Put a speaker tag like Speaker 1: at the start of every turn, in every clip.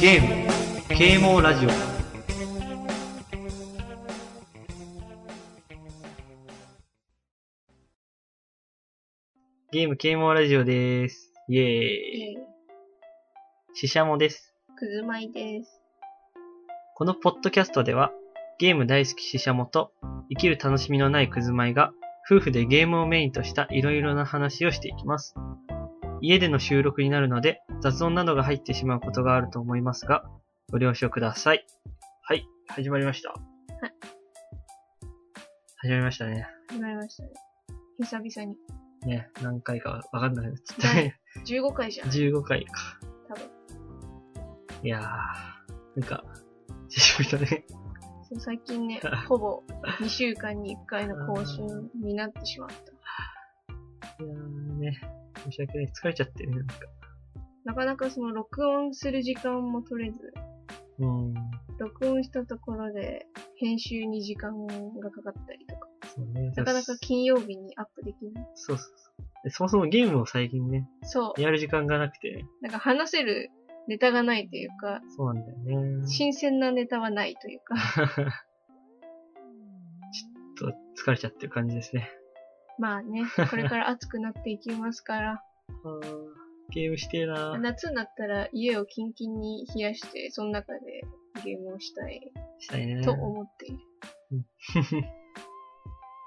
Speaker 1: ゲーム、啓蒙ラジオ。ゲーム啓蒙ラジオです。イェーイ。ししゃもです。
Speaker 2: くずまいです。
Speaker 1: このポッドキャストでは、ゲーム大好きししゃもと、生きる楽しみのないくずまいが、夫婦でゲームをメインとしたいろいろな話をしていきます。家での収録になるので、雑音などが入ってしまうことがあると思いますが、ご了承ください。はい、始まりました。
Speaker 2: はい
Speaker 1: 始まりましたね。
Speaker 2: 始まりましたね。久々に。
Speaker 1: ね、何回かわかんなくなっちゃった ね。
Speaker 2: 15回じゃん。
Speaker 1: 15回か。
Speaker 2: 多分。
Speaker 1: いやー、なんか、久しぶりだね。
Speaker 2: そう最 近ね、ほぼ2週間に1回の更新になってしまった。
Speaker 1: いやーね、申し訳ない。疲れちゃってるね、なんか。
Speaker 2: なかなかその録音する時間も取れず、
Speaker 1: うん。
Speaker 2: 録音したところで編集に時間がかかったりとか、
Speaker 1: そうね。
Speaker 2: なかなか金曜日にアップできない。
Speaker 1: そうそうそう。でそもそもゲームを最近ね、
Speaker 2: そ
Speaker 1: やる時間がなくて、
Speaker 2: う。なんか話せるネタがないというか、
Speaker 1: そうなんだよね。ち
Speaker 2: 新鮮なネタはないという か、
Speaker 1: ょっと疲れちゃってる感じですね。
Speaker 2: まあね、これから暑くなっていきますから、
Speaker 1: あーゲームしてえな
Speaker 2: 夏になったら家をキンキンに冷やして、その中でゲームをしたい
Speaker 1: したいね。
Speaker 2: と思っている。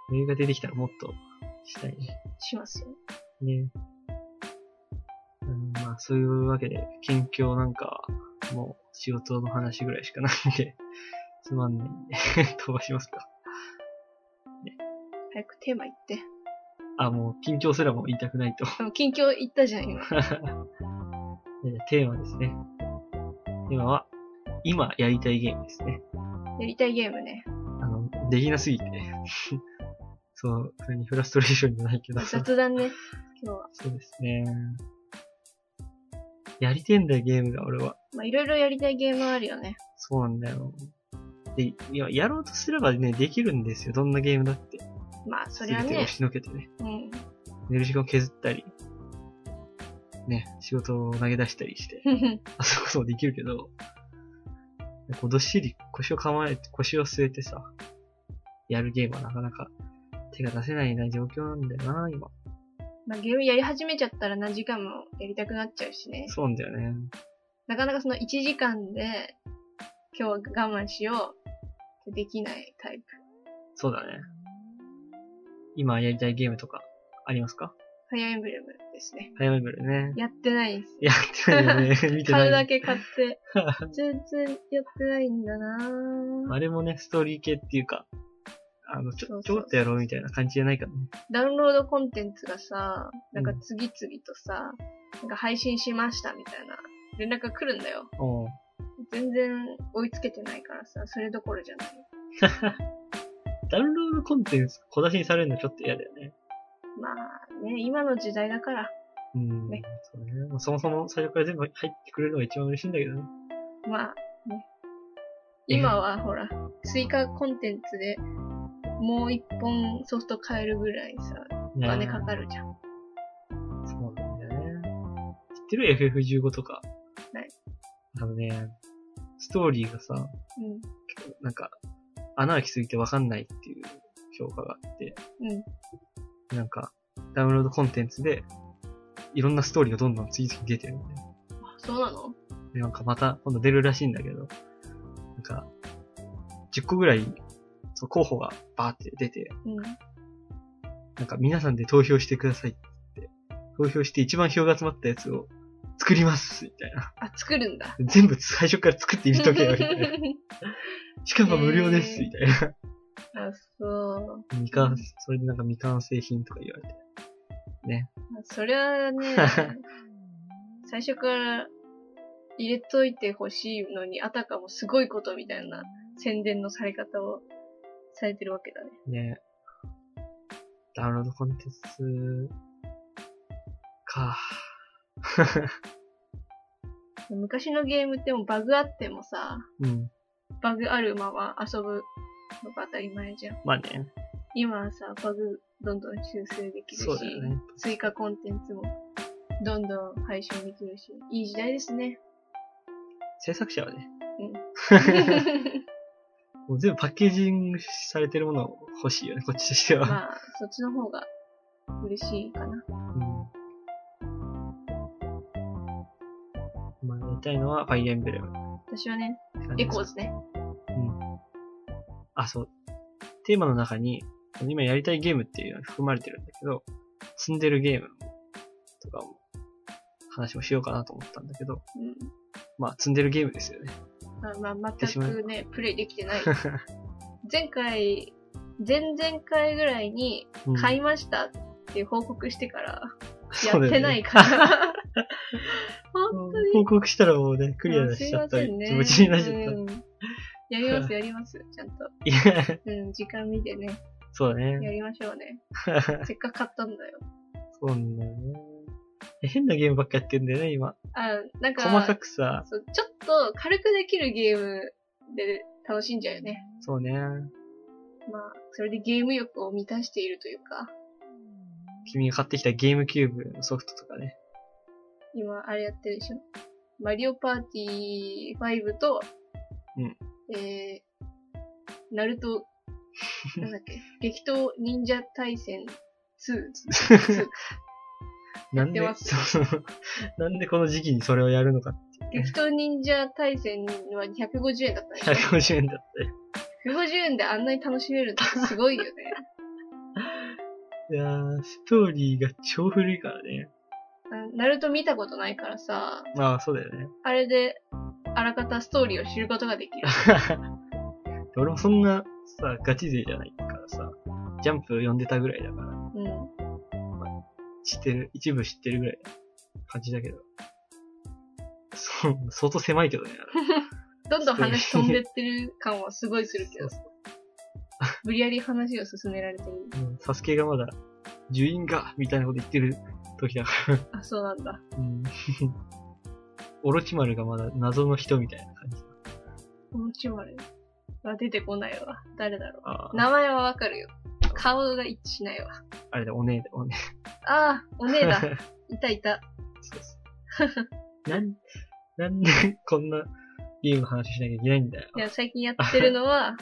Speaker 1: 余裕が出てきたらもっとしたいね。
Speaker 2: しますよ。
Speaker 1: ね。うん、まあ、そういうわけで、近況なんか、もう仕事の話ぐらいしかないんで、つまんないんで、 飛ばしますか。
Speaker 2: 早くテーマ言って。
Speaker 1: あ、もう緊張すらも言いたくないと。
Speaker 2: あの、近況言ったじ ゃん、今。
Speaker 1: じゃあテーマですね。テーマは、今やりたいゲームですね。
Speaker 2: やりたいゲームね。
Speaker 1: あの、できなすぎて。 そう、普通にフラストレーションじゃないけ ど。そう
Speaker 2: 雑談ね、今日は。
Speaker 1: ですね。やりてんだよ、ゲームが、俺は。
Speaker 2: まあ、いろいろやりたいゲームあるよね。
Speaker 1: そうなんだよ。で、いや、やろうとすればね、できるんですよ。どんなゲームだって。
Speaker 2: まあ、そりゃ
Speaker 1: 全て
Speaker 2: ね
Speaker 1: 押、しのけてね。
Speaker 2: うん。
Speaker 1: 寝る時間を削ったり、ね、仕事を投げ出したりして、あそこそこできるけど、こうどっしり腰を構えて、腰を据えてさ、やるゲームはなかなか手が出せないな状況なんだよな、今。
Speaker 2: まあ、ゲームやり始めちゃったら何時間もやりたくなっちゃうしね。
Speaker 1: そうなんだよね。
Speaker 2: なかなかその1時間で、今日は我慢しようってできないタイプ。
Speaker 1: そうだね。今やりたいゲームとかありますか
Speaker 2: ファイアーエンブレムですね。
Speaker 1: 早めぐらいね。
Speaker 2: やってないです。
Speaker 1: やってない よね。見 てない。
Speaker 2: 買うだけ買 って、全然やってないんだなぁ
Speaker 1: あれもね、ストーリー系っていうか、あの、ち
Speaker 2: そ
Speaker 1: ょ、
Speaker 2: う
Speaker 1: ちょ
Speaker 2: そう
Speaker 1: こっとやろうみたいな感じじゃないからね。
Speaker 2: ダウンロードコンテンツがさ、なんか
Speaker 1: うん
Speaker 2: 次々とさ、なんか配信しましたみたいな連絡が来るんだよ。
Speaker 1: おう
Speaker 2: 全然追いつけてないからさ、それどころじゃない。
Speaker 1: ダウンロードコンテンツ小出しにされるのちょっと嫌だよね。
Speaker 2: まあね、今の時代だから、
Speaker 1: うん。
Speaker 2: ね
Speaker 1: そうね。もうそもそも最初から全部入ってくれるのが一番嬉しいんだけどね。
Speaker 2: まあね。今はほら、追加コンテンツでもう一本ソフト買えるぐらいさ、
Speaker 1: お
Speaker 2: お金かかるじゃん。
Speaker 1: そうなんだよね。知ってる ?FF15 とか。
Speaker 2: はい。
Speaker 1: あのね、ストーリーがさ、
Speaker 2: う
Speaker 1: なんか、穴開きすぎてわかんないっていう評価があって、
Speaker 2: ん。うん。
Speaker 1: なんか、ダウンロードコンテンツで、いろんなストーリーがどんどん次々出てるんだよね。
Speaker 2: あそうなの
Speaker 1: で、なんかまた今度出るらしいんだけど、なんか、10個ぐらい、その候補がバーって出て、
Speaker 2: うん。
Speaker 1: なんか皆さんで投票してくださいって、投票して一番票が集まったやつを作りますみたいな。
Speaker 2: あ、作るんだ。
Speaker 1: 全部最初から作って入れとけよみたいな。しかも無料ですみたいな。
Speaker 2: あ、そう。
Speaker 1: 未完、それでなんか未完成品とか言われて。
Speaker 2: そりゃ あね、最初から入れといてほしいのに、あたかもすごいことみたいな宣伝のされ方をされてるわけだね。
Speaker 1: ねダウンロードコンテンツ、か。
Speaker 2: 昔のゲームってもうバグあってもさ、
Speaker 1: うん。
Speaker 2: バグあるまま遊ぶのが当たり前じゃん。
Speaker 1: まあね、
Speaker 2: 今はさ、バグどんどん修正できるし、
Speaker 1: そうだよね。
Speaker 2: 追加コンテンツもどんどん配信できるし、いい時代です ね。
Speaker 1: 制作者はね、
Speaker 2: うん。
Speaker 1: もう全部パッケージングされてるもの欲しいよね、こっちとしては。
Speaker 2: まあ、そっちの方が嬉しいかな。
Speaker 1: うんまあ、やりたいのは、ファイアエンブレム。
Speaker 2: 私はね、エコーズね。
Speaker 1: あ、そう。テーマの中に、今やりたいゲームっていうのが含まれてるんだけど、積んでるゲームとかも、話もしようかなと思ったんだけど、
Speaker 2: うん。
Speaker 1: まあ、積んでるゲームですよね。
Speaker 2: まあ、まあ、
Speaker 1: てし
Speaker 2: 全
Speaker 1: まう
Speaker 2: くね、プレイでき てない。前回、前々回ぐらいに
Speaker 1: うん
Speaker 2: 買いましたっていう報告してから、や
Speaker 1: そうだ
Speaker 2: っ
Speaker 1: よ
Speaker 2: て
Speaker 1: ね
Speaker 2: な いから。本当に。
Speaker 1: 報告したらもうね、クリアしちゃったり、気持ちになっちゃった。
Speaker 2: うんやります、やります、ちゃんと。
Speaker 1: いや、
Speaker 2: うん、時間見てね、
Speaker 1: そうだ
Speaker 2: や
Speaker 1: ね。
Speaker 2: りましょうね。
Speaker 1: そ
Speaker 2: せっかく買ったんだよ。
Speaker 1: うなんだよね。え変なゲームばっかやってんだよね、今。
Speaker 2: あ、なんか、
Speaker 1: 細かくさ、
Speaker 2: そうちょっと軽くできるゲームで楽しんじゃうよね。
Speaker 1: そうね。
Speaker 2: まあ、それでゲーム欲を満たしているというか、
Speaker 1: 君が買ってきたゲームキューブのソフトとか ね。
Speaker 2: 今、あれやってるでしょマリオパーティー5と、
Speaker 1: うん
Speaker 2: えー、ナル ト、なんだっけ、激闘忍者対戦2。
Speaker 1: なんで
Speaker 2: やってま、す
Speaker 1: そうそうなんでこの時期にそれをやるのか。
Speaker 2: 激闘忍者対戦は250円だった でしょ
Speaker 1: 150円だったよ。
Speaker 2: 150円であんなに楽しめるってすごいよね。
Speaker 1: いやー、ストーリーが超古いからね。
Speaker 2: あナルト見たことないからさ、
Speaker 1: まあ、そうだよね。
Speaker 2: あれで、あらかたストーリーを知ることができる。
Speaker 1: 俺もそんな、さ、ガチ勢じゃないからさ、ジャンプ読んでたぐらいだから、
Speaker 2: うん。
Speaker 1: 知ってる、一部知ってるぐらいな感じだけど。そう、相当狭いけどね。
Speaker 2: どんどん話飛んでってる感はすごいするけど、無理やり話を進められてる。
Speaker 1: うんサスケがまだ、受印が、みたいなこと言ってる時だから。
Speaker 2: あ、そうなんだ。
Speaker 1: うん。オロチマルがまだ謎の人みたいな感じ。
Speaker 2: このチマルが出てこないわ。誰だろ
Speaker 1: あ
Speaker 2: う。
Speaker 1: あ、
Speaker 2: 名前はわかるよ。顔が一致しないわ。
Speaker 1: あれだ、お姉だ、お姉。
Speaker 2: ああ、お姉 だ。いたいた。
Speaker 1: そうそう。なん、なんでこんなゲームの話しなきゃいけないんだよ
Speaker 2: い。や、最近やってるのは、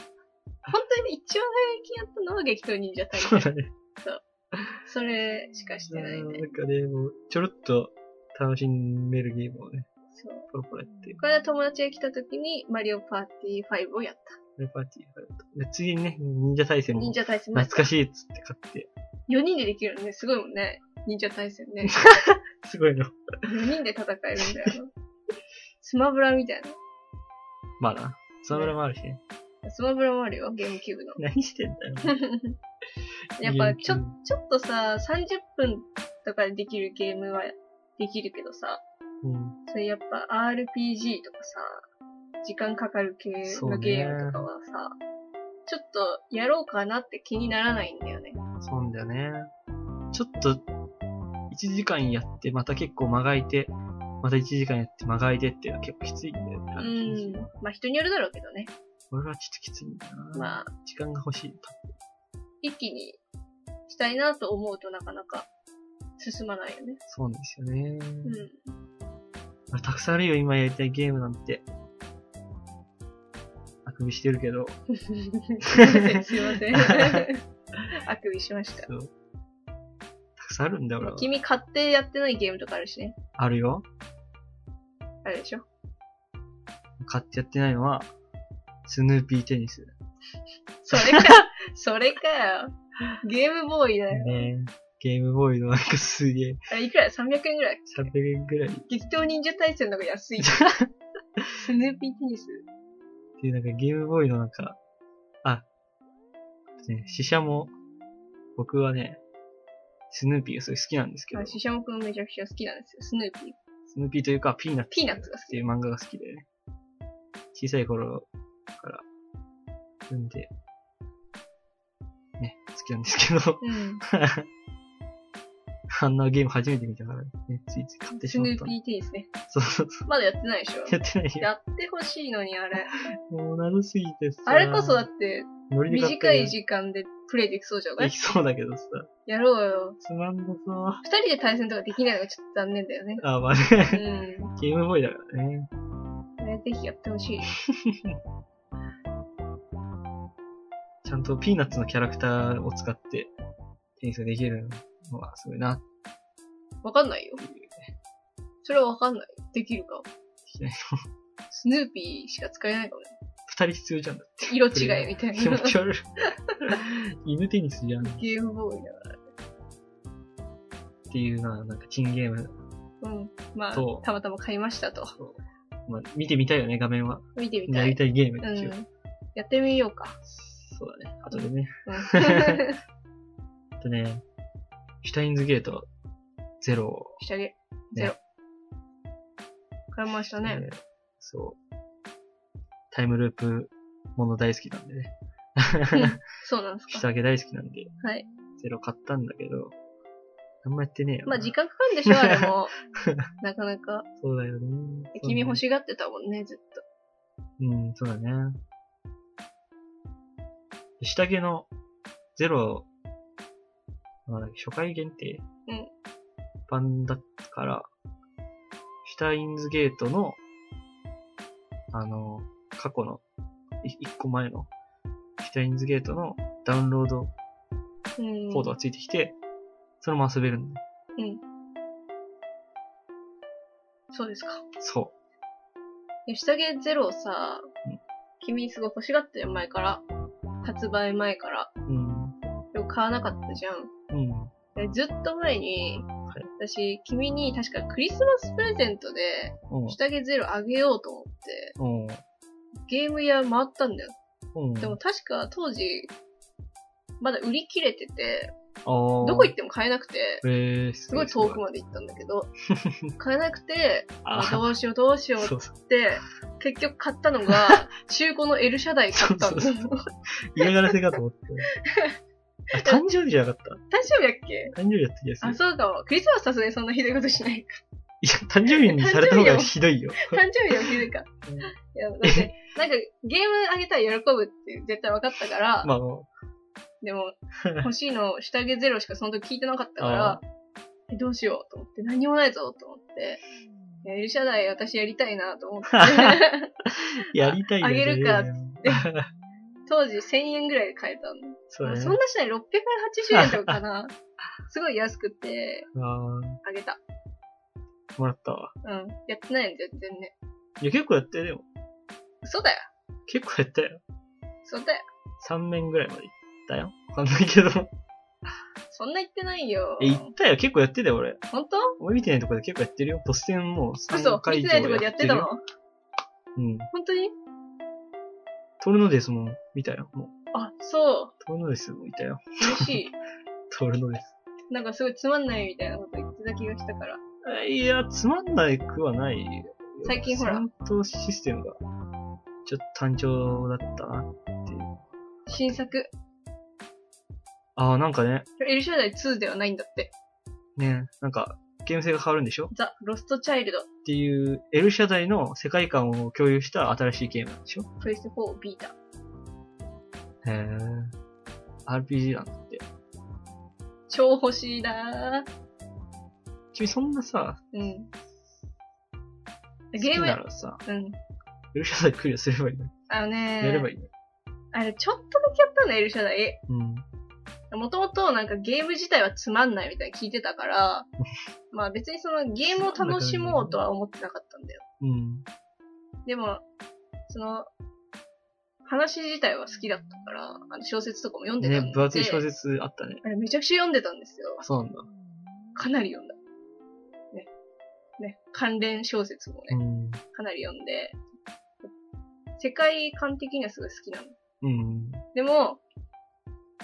Speaker 2: 本当に一番最近やったのは激闘忍者大
Speaker 1: そう
Speaker 2: 会。
Speaker 1: だね。
Speaker 2: それしかしてないね
Speaker 1: な。んかね、もう、ちょろっと楽しめるゲームをね、
Speaker 2: そう。
Speaker 1: ポロポロやって、
Speaker 2: これで友達が来た時にマリオパーティー5をやっ
Speaker 1: レパーティーやると。で、次にね、忍者対
Speaker 2: た。
Speaker 1: 戦も
Speaker 2: 忍者対戦も
Speaker 1: 懐かしいっつって買って、
Speaker 2: 4人でできるのね。すごいもんね。忍者対戦ね。
Speaker 1: すごいの。
Speaker 2: 4人で戦えるんだよな。スマブラみたい
Speaker 1: まあな。スマブラもあるしね。
Speaker 2: な。スマブラもあるよ、ゲームキューブの。
Speaker 1: 何してんだよ。
Speaker 2: やっぱちょ
Speaker 1: っと。
Speaker 2: ちょっとさ、30分とかでできるゲームはできるけどさ、
Speaker 1: うん。
Speaker 2: それやっぱ RPG とかさ、時間かかる系
Speaker 1: そう
Speaker 2: の
Speaker 1: ね
Speaker 2: ゲームとかはさ、ちょっとやろうかなって気にならないんだよね。
Speaker 1: そうなんだよね。ちょっと、1時間やって、また結構間が空いて、また1時間やって間が空いてっていうのは結構きついんだよね。
Speaker 2: う
Speaker 1: あの
Speaker 2: ん。まあ人によるだろうけどね。
Speaker 1: 俺はちょっときついんだよな。
Speaker 2: まあ、
Speaker 1: 時間が欲しい。
Speaker 2: 一気にしたいなと思うとなかなか進まないよね。
Speaker 1: そうなんですよね。
Speaker 2: うん。
Speaker 1: まあたくさんあるよ、今やりたいゲームなんて。あくびしてるけど。
Speaker 2: すいません、すいません。あくびしました。
Speaker 1: そうたくさんあるんだよ、俺は。
Speaker 2: 君買ってやってないゲームとかあるしね。
Speaker 1: あるよ。
Speaker 2: あれでしょ
Speaker 1: 買ってやってないのは、スヌーピーテニス。
Speaker 2: それか、 それかよ。ゲームボーイだよ。
Speaker 1: ねゲームボーイのなんかすげえ、
Speaker 2: あれいくら ?300 円ぐらい。
Speaker 1: 300円くらい
Speaker 2: 激闘忍者対戦の方が安い。 スヌーピーテニス。
Speaker 1: っていう、なんかゲームボーイのなんか、あ、ね、死者も、僕はね、スヌーピーがすごい好きなんですけど
Speaker 2: あ、、シシャモくんめちゃくちゃ好きなんですよ。スヌーピー。
Speaker 1: スヌーピーというか、ピーナッツ。
Speaker 2: ピーナッツが
Speaker 1: っ
Speaker 2: 好
Speaker 1: ていう漫画が好きで、小さい頃から読んで、ね、好きなんですけど、
Speaker 2: き。うん。
Speaker 1: あんなゲーム初めて見たからね、ついつい買ってし
Speaker 2: ス
Speaker 1: ま
Speaker 2: ヌ
Speaker 1: っ
Speaker 2: ー
Speaker 1: た。
Speaker 2: ピーテニスね。
Speaker 1: そうそう そ
Speaker 2: まだやってない でしょ
Speaker 1: う。やってないよ。
Speaker 2: やってほしいのに、あれ。
Speaker 1: もう謎すぎてさ。
Speaker 2: あれこそだって、
Speaker 1: ノリで買った
Speaker 2: 短
Speaker 1: ら
Speaker 2: い時間でプレイできそうじゃな
Speaker 1: で
Speaker 2: い
Speaker 1: きそうだけどさ。
Speaker 2: やろうよ。
Speaker 1: つまんださ。
Speaker 2: 二人で対戦とかできないのがちょっと残念だよね。
Speaker 1: あ、まあ
Speaker 2: う
Speaker 1: ね。
Speaker 2: ん。
Speaker 1: ゲームボーイだからね。
Speaker 2: あれぜひやってほしい。
Speaker 1: ちゃんとピーナッツのキャラクターを使ってテニスができるのはすごいなって
Speaker 2: わかんないよ。
Speaker 1: いう
Speaker 2: それはわかんない。できるか。
Speaker 1: ね。
Speaker 2: スヌーピーしか使えないかもね。
Speaker 1: 二人必要 じゃん。
Speaker 2: 色違いみたい
Speaker 1: 気持
Speaker 2: な。
Speaker 1: ち悪い。 犬テニスじゃんっ
Speaker 2: ゲームボーイだか
Speaker 1: ていうのは、なんか、金ゲーム。
Speaker 2: ら。うん。まあ
Speaker 1: そ、う
Speaker 2: たまたま買いましたと。
Speaker 1: まあ、見てみたいよね、画面は。
Speaker 2: 見てみた
Speaker 1: や
Speaker 2: い。
Speaker 1: りたいゲーム
Speaker 2: う
Speaker 1: っていう。
Speaker 2: ん。やってみようか。
Speaker 1: そうだね。あとでね。
Speaker 2: うん
Speaker 1: あとね、シュタインズゲートゼロ。
Speaker 2: 下げ。ゼロ。買いましたね。
Speaker 1: えーそう。タイムループもの大好きなんで ね。
Speaker 2: そうなんです
Speaker 1: 下
Speaker 2: か。
Speaker 1: 上げ大好きなんで、
Speaker 2: はい。
Speaker 1: ゼロ買ったんだけど、あんまやってねえよな。
Speaker 2: まあ時間かかるんでしょ、あれ も。なかなか。
Speaker 1: そうだよね。
Speaker 2: 君欲
Speaker 1: い。
Speaker 2: しがってたもんね、ずっと。
Speaker 1: うん、そうだね。下着のゼロ、まあ、初回限定
Speaker 2: うん
Speaker 1: 版だから、シュタインズゲートの、あの、過去の、い一個前の、シュタインズゲートのダウンロード
Speaker 2: うん。
Speaker 1: コードがついてきて、それも遊べるんだよ
Speaker 2: そうですか。
Speaker 1: そ
Speaker 2: いや下着ゼロさ
Speaker 1: うん、
Speaker 2: 君すごい欲しがってる前から、発売前から、
Speaker 1: う。うん。
Speaker 2: でも買わなかったじゃん。
Speaker 1: うん。
Speaker 2: でずっと前に、
Speaker 1: い
Speaker 2: 私、君に確かクリスマスプレゼントで、
Speaker 1: うん。
Speaker 2: 下着ゼロあげようと思って、
Speaker 1: うん。
Speaker 2: ゲーム屋回ったんだよ。
Speaker 1: うん。
Speaker 2: でも確か当時、まだ売り切れてて、
Speaker 1: ああ。
Speaker 2: どこ行っても買えなくて、
Speaker 1: えー、す
Speaker 2: すごい遠く
Speaker 1: ま
Speaker 2: まで行ったんだ けど、買えなくて、
Speaker 1: あ
Speaker 2: あどうしようどうしよう
Speaker 1: そうそう。
Speaker 2: って、結局買ったのが、中古の L 社台買ったの。
Speaker 1: そうそう嫌がらせかと思って。 あ、誕生日じゃなかっ
Speaker 2: 大丈夫やっけ
Speaker 1: た。誕生日やった気がする
Speaker 2: あ、。そうかも。クリスマスさすがにそんなひどいこと しない。
Speaker 1: いや、誕生日にされた方がひどいよ。
Speaker 2: 誕生日のひどいか
Speaker 1: うん。
Speaker 2: いや、だって、なんか、ゲームあげたら喜ぶって絶対分かったか ら、
Speaker 1: まあ、 も
Speaker 2: でも、欲しいの、下着ゼロしかその時聞いてなかったか ら
Speaker 1: あ、
Speaker 2: えどうしようと思って、何もないぞと思って、いや L 社台私やりたいなと 思って、
Speaker 1: う、やりたい
Speaker 2: あげるかっ
Speaker 1: って。
Speaker 2: 当時1000円ぐらいで買えたの。
Speaker 1: そうだ
Speaker 2: まあ
Speaker 1: ね。
Speaker 2: そんな下に680円とかかな。 すごい安くて、
Speaker 1: あ
Speaker 2: あげた。
Speaker 1: ーもらったわ。
Speaker 2: うん。やってないの全然ね。
Speaker 1: いや、結構やったよ、でも。
Speaker 2: 嘘だよ。
Speaker 1: 結構やったよ。
Speaker 2: 嘘だよ。
Speaker 1: 3面ぐらいまで行ったよ。わかんないけど。
Speaker 2: そんな言ってないよ。
Speaker 1: え、行ったよ。結構やってたよ、俺。
Speaker 2: 本当
Speaker 1: 俺見てないとこで結構やってるよ。ボス戦もう
Speaker 2: 嘘
Speaker 1: 3
Speaker 2: 見
Speaker 1: 回
Speaker 2: てないとこでやってたの
Speaker 1: うん。
Speaker 2: 本当に
Speaker 1: トルノデスも見たよ。もう。
Speaker 2: あ、そ
Speaker 1: トルノデスもいたよ。
Speaker 2: う。嬉しい。
Speaker 1: トルノデス。
Speaker 2: なんかすごいつまんないみたいなこと言ってた気がしたから。
Speaker 1: いや、つまんないくはないよ。
Speaker 2: 最近ほら
Speaker 1: 戦闘システムが、ちょっと単調だったな。
Speaker 2: 新作。
Speaker 1: ああ、なんかね、
Speaker 2: エルシャダイ2ではないんだって。
Speaker 1: ね、なんか、ゲーム性が変わるんでしょっ
Speaker 2: ザ・ロスト・チャイルド。
Speaker 1: ていう、エルシャダイの世界観を共有した新しいゲームなんでしょ
Speaker 2: プレステ4ビータ。
Speaker 1: へえ。RPG なんだって。
Speaker 2: 超欲しいなぁ。
Speaker 1: 君そんなさ、
Speaker 2: うん。
Speaker 1: 好
Speaker 2: ゲ
Speaker 1: き
Speaker 2: ーム
Speaker 1: な
Speaker 2: や、
Speaker 1: らさ、
Speaker 2: うん。
Speaker 1: エルシャダイクリアすればいいのに
Speaker 2: あのね
Speaker 1: やればいいのに
Speaker 2: あれ、ちょっとだけやったの、エルシャダイ。
Speaker 1: うん。
Speaker 2: もともとなんかゲーム自体はつまんないみたいに聞いて たから、まあ別にそのゲームを楽しもうとは思ってなかったんだよ。
Speaker 1: うん。
Speaker 2: でも、その、話自体は好きだったから、あの小説とかも読んでたん
Speaker 1: ね
Speaker 2: で、、
Speaker 1: 分厚い小説あったね。
Speaker 2: あれめちゃくちゃ読んでたんですよ。
Speaker 1: あ、そうなんだ。
Speaker 2: かなり読んだ。ね。ね。関連小説も
Speaker 1: う
Speaker 2: ね、
Speaker 1: ん。
Speaker 2: かなり読んで、世界観的にはすごい好きなの。
Speaker 1: うん。
Speaker 2: でも、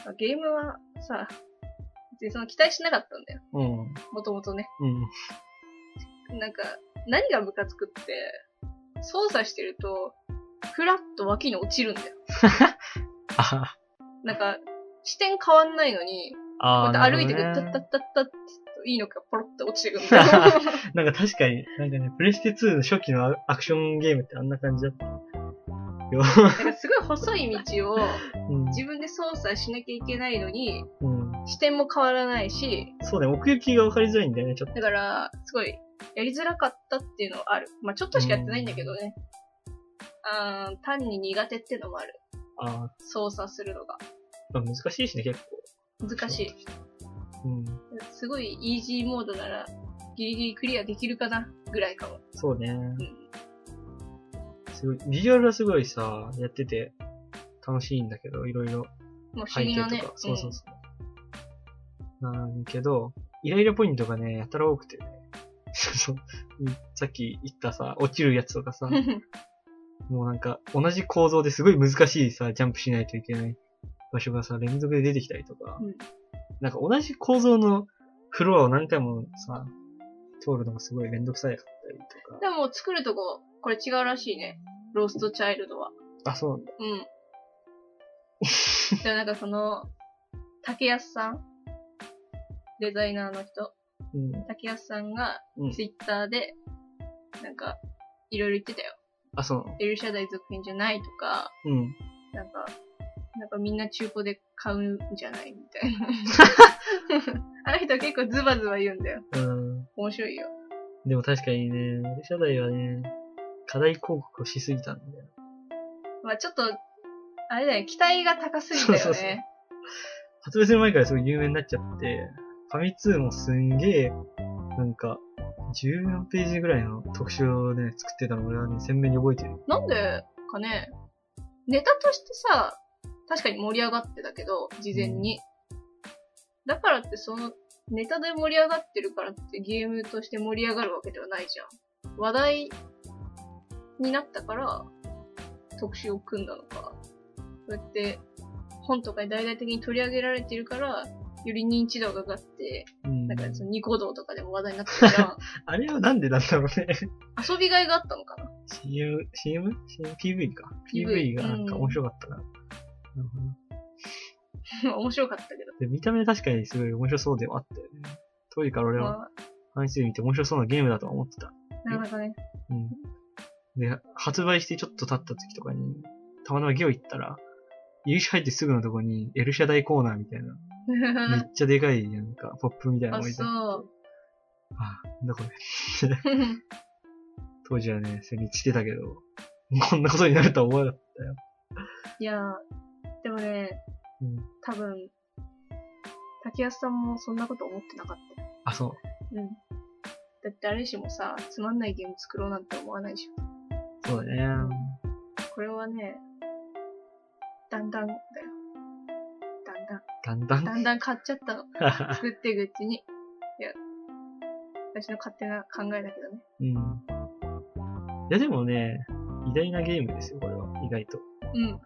Speaker 2: まあゲームはさ、別にその期待しなかったんだよ。
Speaker 1: うん。
Speaker 2: もともとね。
Speaker 1: うん。
Speaker 2: なんか、何がムカつくって、操作してると、ふらっと脇に落ちるんだよ。
Speaker 1: あはは
Speaker 2: なんか、視点変わんないのに、
Speaker 1: あ
Speaker 2: ま
Speaker 1: あ。
Speaker 2: た歩いてくる、
Speaker 1: な
Speaker 2: タ
Speaker 1: る
Speaker 2: ッ
Speaker 1: ほど
Speaker 2: タッ
Speaker 1: ね
Speaker 2: タッタッっていいのかポロって落ちてくるみた いな。
Speaker 1: なんか確かに、なんかね、プレステ2の初期のアクションゲームってあんな感じだった。よ
Speaker 2: なんかすごい細い道を
Speaker 1: うん
Speaker 2: 自分で操作しなきゃいけないのに、
Speaker 1: うん、
Speaker 2: 視点も変わらないし、
Speaker 1: そうね、奥行きが分かりづらいんだよね、ちょっと。
Speaker 2: だから、すごい、やりづらかったっていうのはある。まあ、ちょっとしかやってないんだけどね。あー単に苦手ってのもある。
Speaker 1: あ
Speaker 2: 操作するのが。
Speaker 1: あ、難しいしね、結
Speaker 2: 難しい。
Speaker 1: 構。うん。
Speaker 2: すごいイージーモードなら、ギリギリクリアできるかなぐらいかも。
Speaker 1: そうね。
Speaker 2: うん。
Speaker 1: すごい。ビジュアルはすごいさ、やってて楽しいんだけど、いろいろ
Speaker 2: もう不
Speaker 1: 背
Speaker 2: 思議
Speaker 1: 景とか。
Speaker 2: なね。
Speaker 1: そうそうそう。なんけど、イライラポイントがね、やたら多くてね。 そうさっき言ったさ、落ちるやつとか さ
Speaker 2: う、ん
Speaker 1: もうなんか、同じ構造ですごい難しいさ、ジャンプしないといけない場所がさ、連続で出てきたりとか、
Speaker 2: うん
Speaker 1: なんか同じ構造のフロアを何回もさ、通るのがすごいめんどくさいかったりと
Speaker 2: でも作るとこ、これ違うらしいね。ローストチャイルドは。
Speaker 1: か。あ、そうなんだ。
Speaker 2: うん。でもなんかその、竹安さんデザイナーの人。
Speaker 1: うん。
Speaker 2: 竹安さんが
Speaker 1: うん、
Speaker 2: ツイッターで、なんか、いろいろ言ってたよ。
Speaker 1: あ、そうなの。
Speaker 2: エルシャダイ続編じゃないとか、
Speaker 1: うん。
Speaker 2: なんか、なんかみんな中古で買うんじゃないみたい な。あの人結構ズバズバ言うんだよ。
Speaker 1: うん。
Speaker 2: 面白いよ。
Speaker 1: でも確かにね、社内はね、課題広告をしすぎたんだよ。
Speaker 2: まあちょっと、あれだよ、期待が高すぎたよね。
Speaker 1: そうそうそう発売する前からすごい有名になっちゃって、ファミ通もすんげえ、なんか、14ページぐらいの特集をね、作ってたの俺はね、鮮明に覚えてる。
Speaker 2: なんでかね、ネタとしてさ、確かに盛り上がってたけど、事前に。だからってその、ネタで盛り上がってるからってゲームとして盛り上がるわけではないじゃん。話題になったから、特集を組んだのか。そうやって、本とかに大々的に取り上げられてるから、より認知度が上がって、
Speaker 1: うん
Speaker 2: なんかそのニコ動とかでも話題になったじゃん。
Speaker 1: あれはなんでなんだろうね。
Speaker 2: 遊びがいがあったのかな
Speaker 1: CM、CM? PV か。
Speaker 2: PV
Speaker 1: PV がなんか面白かったから。なるほど。
Speaker 2: 面白かったけど。
Speaker 1: で、見た目確かにすごい面白そうではあったよね。当時から俺は
Speaker 2: まあ
Speaker 1: 半数見て面白そうなゲームだとは思ってた。
Speaker 2: なかなかね、
Speaker 1: うん。で、発売してちょっと経った時とかに、たまたまゲオ行ったら、入り口入ってすぐのとこに、エルシャダイコーナーみたいな、めっちゃでかい、なんか、ポップみたいな
Speaker 2: あ、
Speaker 1: の置いてあって
Speaker 2: そう。
Speaker 1: あ、なんだこれ。当時はね、それに散ってたけど、こんなことになるとは思わなかっ
Speaker 2: いやー、でもね、
Speaker 1: た。うん。
Speaker 2: 多分、竹安さんもそんなこと思ってなかったよ。
Speaker 1: あ、そう。
Speaker 2: うん。だって誰しもさ、つまんないゲーム作ろうなんて思わないでしょ。
Speaker 1: そうだね。
Speaker 2: これはね、だんだんだよ。
Speaker 1: だんだ
Speaker 2: だんだん、だ
Speaker 1: ん。
Speaker 2: んだん買っちゃったの。作っていくうちに。いや、私の勝手な考えだけどね。
Speaker 1: うん。いやでもね、偉大なゲームですよ、これは。意外と。
Speaker 2: うん。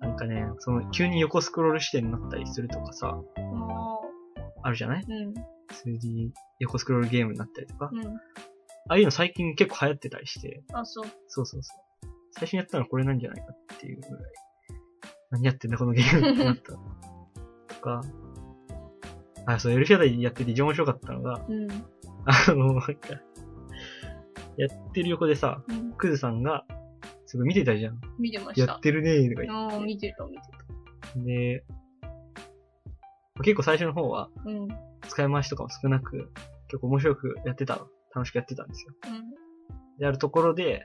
Speaker 1: なんかね、その、急に横スクロール視点になったりするとかさ、
Speaker 2: も、
Speaker 1: あるじゃないう
Speaker 2: うん、
Speaker 1: ?3D 横スクロールゲームになったりとか。
Speaker 2: うん。
Speaker 1: ああいうの最近結構流行ってたりして、
Speaker 2: あ、そう。
Speaker 1: そうそうそう。最初にやったのはこれなんじゃないかっていうぐらい。何やってんだこのゲームってな った。とか。あ、そう、エルシャダイやってて一番面白かったのが、
Speaker 2: うん。
Speaker 1: あの、なんか、やってる横でさ、
Speaker 2: うん。
Speaker 1: クズさんが、すごい見てたじゃん。
Speaker 2: 見てまし
Speaker 1: や
Speaker 2: た
Speaker 1: っ。てるねーとか言っ
Speaker 2: うん、見てた、見て
Speaker 1: て。で、結構最初の方は、
Speaker 2: た。うん。うん。
Speaker 1: 使い回しとかも少なく、結構面白くやってた、楽しくやってたんですよ。で、あるところで、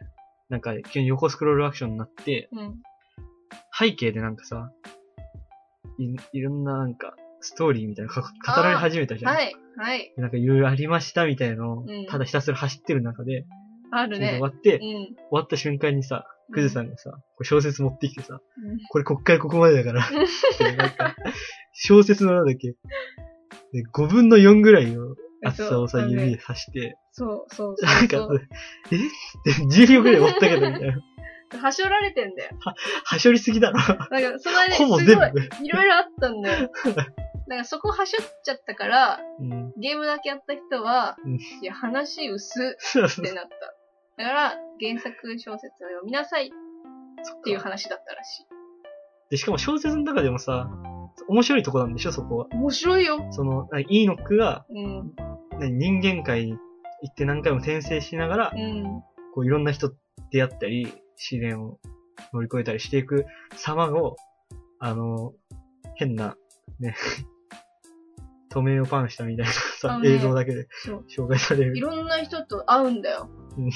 Speaker 1: なんか急に横スクロールアクションになって、
Speaker 2: うん。
Speaker 1: 背景でなんかさ、いいろんななんか、ストーリーみたいなのが語られ始めたじゃん。
Speaker 2: はい、はい。
Speaker 1: でなんかいろいろありましたみたいのを、
Speaker 2: うん
Speaker 1: ただひたすら走ってる中で、
Speaker 2: あ
Speaker 1: 急
Speaker 2: る
Speaker 1: に終
Speaker 2: ね
Speaker 1: わ。って、
Speaker 2: う
Speaker 1: 終
Speaker 2: ん。
Speaker 1: わった瞬間にさ、クズさんがさ、こう小説持ってきてさ、
Speaker 2: うん。
Speaker 1: これこっからここまでだ から。なんか、小説のなんだっけ。で、5分の4ぐらいの厚さをさ、
Speaker 2: そうそうね
Speaker 1: 指で刺して、
Speaker 2: そう、そう、
Speaker 1: なん
Speaker 2: そ
Speaker 1: か
Speaker 2: う。、
Speaker 1: え って10秒ぐらい持ったけど、みたいな。
Speaker 2: はしょられてんだよ。
Speaker 1: はしょりすぎだろ。
Speaker 2: なんか、その間にす
Speaker 1: ほぼ
Speaker 2: ごい、
Speaker 1: 全部。
Speaker 2: いろいろあったんだよ。なんか、そこはしょっちゃったから、
Speaker 1: うん。
Speaker 2: ゲームだけやった人は
Speaker 1: うん、
Speaker 2: いや、話薄
Speaker 1: そうそ
Speaker 2: っ
Speaker 1: う
Speaker 2: て
Speaker 1: そ
Speaker 2: なった。だから、原作小説を読みなさいっ
Speaker 1: って
Speaker 2: いう話だったらしい。
Speaker 1: で、しかも小説の中でもさ、面白いとこなんでしょ、そこは。
Speaker 2: 面白いよ。
Speaker 1: その、なんかイーノックが
Speaker 2: うん。
Speaker 1: ね人間界に行って何回も転生しながら、
Speaker 2: うん。
Speaker 1: こういろんな人と出会ったり、試練を乗り越えたりしていく様を、あの、変な、ね、 透明をパンしたみたいな
Speaker 2: あ
Speaker 1: さ、
Speaker 2: のね
Speaker 1: 映像だけで
Speaker 2: そう。
Speaker 1: 紹介され
Speaker 2: い
Speaker 1: る。
Speaker 2: ろんな人と会うんだよ
Speaker 1: うん。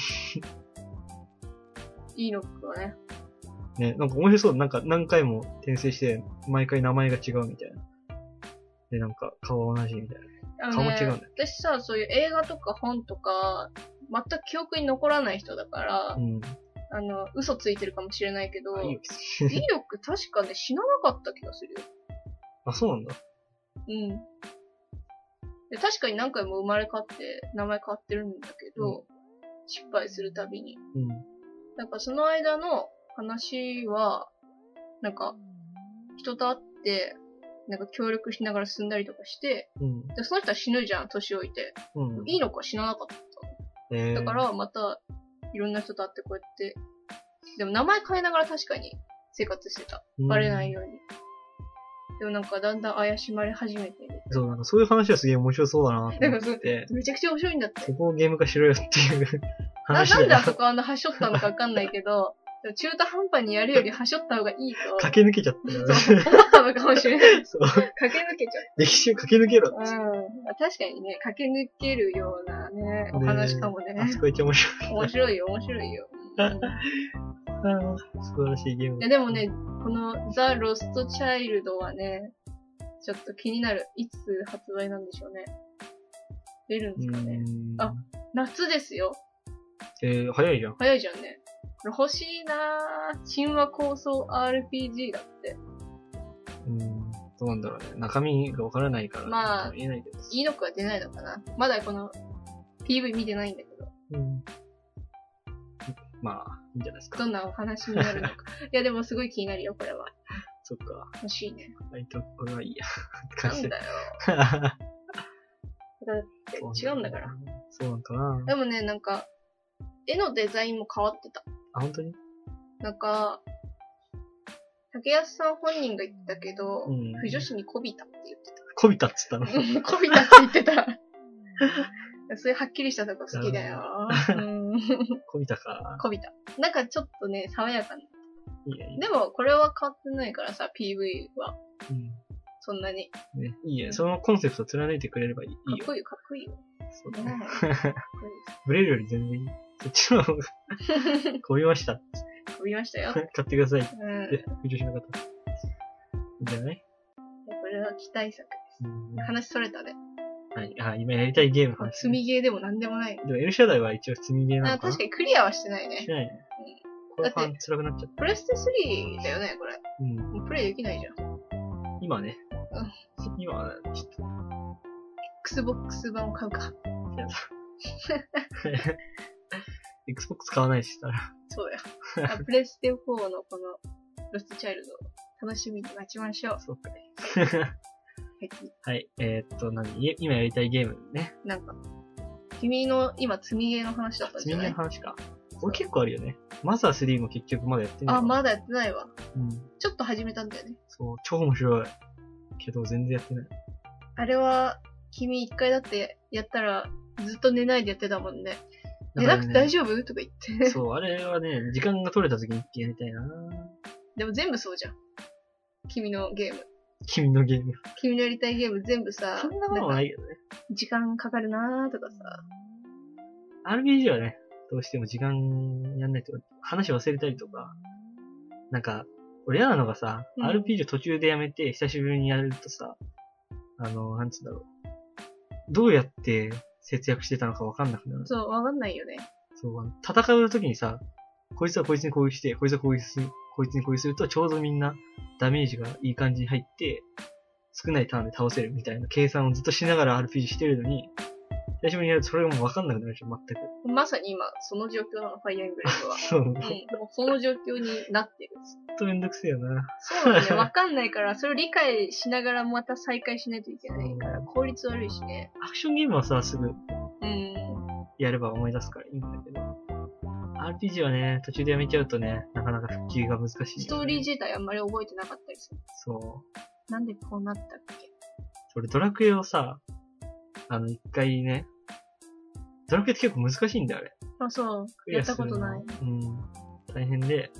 Speaker 2: いいのかね。
Speaker 1: ね、なんか面白そう。なんか何回も転生して、毎回名前が違うみたいな。で、なんか顔は同じみたいな。
Speaker 2: あ
Speaker 1: 顔
Speaker 2: の
Speaker 1: も
Speaker 2: ね
Speaker 1: 違うんだ
Speaker 2: 私さ、そういう映画とか本とか、全く記憶に残らない人だから
Speaker 1: う、ん。
Speaker 2: あの、嘘ついてるかもしれないけど、
Speaker 1: あいい
Speaker 2: 威
Speaker 1: よ
Speaker 2: 力確かね、死ななかった気がするよ。
Speaker 1: あ、そうなんだ。
Speaker 2: うん。で確かに何回も生まれ変わって、名前変わってるんだけど、失敗するたびに。
Speaker 1: うん。
Speaker 2: なんかその間の話は、なんか、人と会って、なんか協力しながら進んだりとかして、
Speaker 1: うん。
Speaker 2: でその人は死ぬじゃん、年老いて。
Speaker 1: うん。
Speaker 2: いいのか死ななかった。
Speaker 1: えー
Speaker 2: だか、らまた、いろんな人と会ってこうやって、でも名前変えながら確かに生活してた。バレない
Speaker 1: よ。
Speaker 2: ように。でもなんかだんだん怪しまれ始めてる。
Speaker 1: そう、なんかそういう話はすげえ面白そうだなと
Speaker 2: なん
Speaker 1: 思
Speaker 2: か
Speaker 1: っ
Speaker 2: そ
Speaker 1: てて
Speaker 2: う、めちゃくちゃ面白いんだって。
Speaker 1: そこをゲーム化しろよっていう
Speaker 2: な
Speaker 1: 話
Speaker 2: な
Speaker 1: だ
Speaker 2: ん
Speaker 1: よ
Speaker 2: であそこあんなはしょったのかわかんないけど、でも中途半端にやるよりはしょった方がいい と。
Speaker 1: 駆け抜けちゃったよね。
Speaker 2: そう思ったのかもしれな い。
Speaker 1: そう。
Speaker 2: 駆け抜けちゃ
Speaker 1: 歴史を駆け抜け ろっ
Speaker 2: う。
Speaker 1: て。
Speaker 2: うん。確かにね、駆け抜けるようなね、お話かもね。
Speaker 1: あそこ一番面白い。
Speaker 2: 面白いよ、面白いよ。うん
Speaker 1: あー素晴らしいゲーム
Speaker 2: いや。でもね、このザ・ロスト・チャイルドはね、ちょっと気になる。いつ発売なんでしょうね。出るん
Speaker 1: う
Speaker 2: ですかね。
Speaker 1: ん。
Speaker 2: あ夏ですよ。
Speaker 1: えー、早いじゃん。
Speaker 2: 早いじゃんね。これ欲しいなぁ。神話構想 RPG だって。
Speaker 1: うん。どうなんだろうね。中身がわからないから、
Speaker 2: まあ
Speaker 1: 言えないけど。
Speaker 2: いいのか出ないのかな。まだこの PV 見てないんだけど、
Speaker 1: うん。まあ、いいんじゃないですか。
Speaker 2: どんなお話になるのか。 いやでもすごい気になるよ、これは。
Speaker 1: そっか。
Speaker 2: 欲しいね。
Speaker 1: 割と、これはいいや。って
Speaker 2: な
Speaker 1: 感じ
Speaker 2: ん
Speaker 1: で。
Speaker 2: だよ。だって違うんだから。。
Speaker 1: そうなんかな。
Speaker 2: でもね、なんか、絵のデザインも変わってた。
Speaker 1: あ、本当に
Speaker 2: なんか、竹安さん本人が言ってたけど、
Speaker 1: うん
Speaker 2: 不女子に媚びたって言ってた。
Speaker 1: こびたっつったの。
Speaker 2: 媚びた って言ってた。 そういうはっきりしたとこ好きだよ。うん
Speaker 1: こびたか。
Speaker 2: 媚びた。なんかちょっとね、爽やかな。
Speaker 1: いいね。いいね
Speaker 2: でも、これは変わってないからさ、PV は。
Speaker 1: うん
Speaker 2: そんなに。か
Speaker 1: ね、いいね。そのコンセプト貫いてくれればいいいい
Speaker 2: っ
Speaker 1: よ。
Speaker 2: こいいよ、かっこい いよ。
Speaker 1: そうだ
Speaker 2: ね
Speaker 1: ね。
Speaker 2: かっこいい
Speaker 1: ブレるより全然いい。そっちの方 が、こびました。
Speaker 2: です。飛びましたよ。
Speaker 1: 買ってくださいっ、
Speaker 2: うん。やって
Speaker 1: 不女子の方。いいんじゃない、
Speaker 2: ぱこれは期待作です。
Speaker 1: うん、
Speaker 2: 話それたね。
Speaker 1: はい。あ、今やりたいゲームの話。
Speaker 2: 積みゲーでもなんでもない。
Speaker 1: でも、エルシャダイは一応積みゲーな
Speaker 2: あ
Speaker 1: のかな
Speaker 2: 確かにクリアはしてないね
Speaker 1: し。ないね。これファン辛くなっちゃっ
Speaker 2: プレステ3だよね、これ。
Speaker 1: た。うん。
Speaker 2: もうプレイできないじゃん。
Speaker 1: 今ね
Speaker 2: う。
Speaker 1: 今は、ちょっと
Speaker 2: Xbox 版を買 うか。
Speaker 1: やだ、Xbox 買わないししたら。
Speaker 2: そうや。あプレステ4のこの、ロストチャイルド、楽しみに待ちましょう。は
Speaker 1: そうかね。
Speaker 2: い、
Speaker 1: はい。えー、っと、何い今やりたいゲームね。
Speaker 2: なんか、君の今、積みゲーの話だったん
Speaker 1: 積
Speaker 2: じ
Speaker 1: み
Speaker 2: ゃな
Speaker 1: ゲーの
Speaker 2: い
Speaker 1: 話か。これ結構あるよね。マザー3も結局まだやってない。
Speaker 2: あ、まだやってないわ。
Speaker 1: うん。
Speaker 2: ちょっと始めたんだよね。
Speaker 1: そう、超面白い。けど、全然やってない。
Speaker 2: あれは、君一回だってやったら、ずっと寝ないでやってたもんね。寝なくて大
Speaker 1: 丈
Speaker 2: 丈夫とか言って。
Speaker 1: そう、あれはね、時間が取れた時にやりたいな
Speaker 2: でも全部そうじゃん。君のゲーム。
Speaker 1: 君のゲーム。
Speaker 2: 君のやりたいゲーム全部さ、
Speaker 1: そんなこと
Speaker 2: なんか
Speaker 1: ないけどね。
Speaker 2: 時間かかるなーとかさ。
Speaker 1: RPG はね、どうしても時間やんないと、話忘れたりとか、なんか、俺嫌なのがさ、
Speaker 2: うん
Speaker 1: RPG 途中でやめて、久しぶりにやるとさ、あの、なんつうんだろう。どうやって節約してたのかわかんなくなる。
Speaker 2: そう、わかんないよね。
Speaker 1: そう、あの戦う時にさ、こいつはこいつに攻撃して、こいつはこいつに、こいつに攻撃すると、ちょうどみんなダメージがいい感じに入って、少ないターンで倒せるみたいな計算をずっとしながら RPG してるのに、久しぶりにやるとそれがもうわかんなくなるでしょ、全く。
Speaker 2: まさに今、その状況なの、ファイアエンブレムは。
Speaker 1: そう。
Speaker 2: うん、
Speaker 1: ほん
Speaker 2: もうその状況になってる。
Speaker 1: とめんどくせえよな。
Speaker 2: そうだね、 わかんないから、それを理解しながらまた再開しないといけないから、効率悪いしね。
Speaker 1: アクションゲームはさ、すぐ
Speaker 2: うん。
Speaker 1: やれば思い出すからいいんだけど、RPG はね、途中でやめちゃうとね、なかなか復帰が難しいよね、
Speaker 2: ストーリー自体あんまり覚えてなかったりする。
Speaker 1: そう。
Speaker 2: なんでこうなったっけ
Speaker 1: 俺、ドラクエをさ、あの、一回ね、ドラクエって結構難しいんだよ、あれ。
Speaker 2: あ、そう。
Speaker 1: クリ
Speaker 2: や
Speaker 1: ア
Speaker 2: った
Speaker 1: す
Speaker 2: こ
Speaker 1: る
Speaker 2: と
Speaker 1: の
Speaker 2: ない。。
Speaker 1: うん。大変で、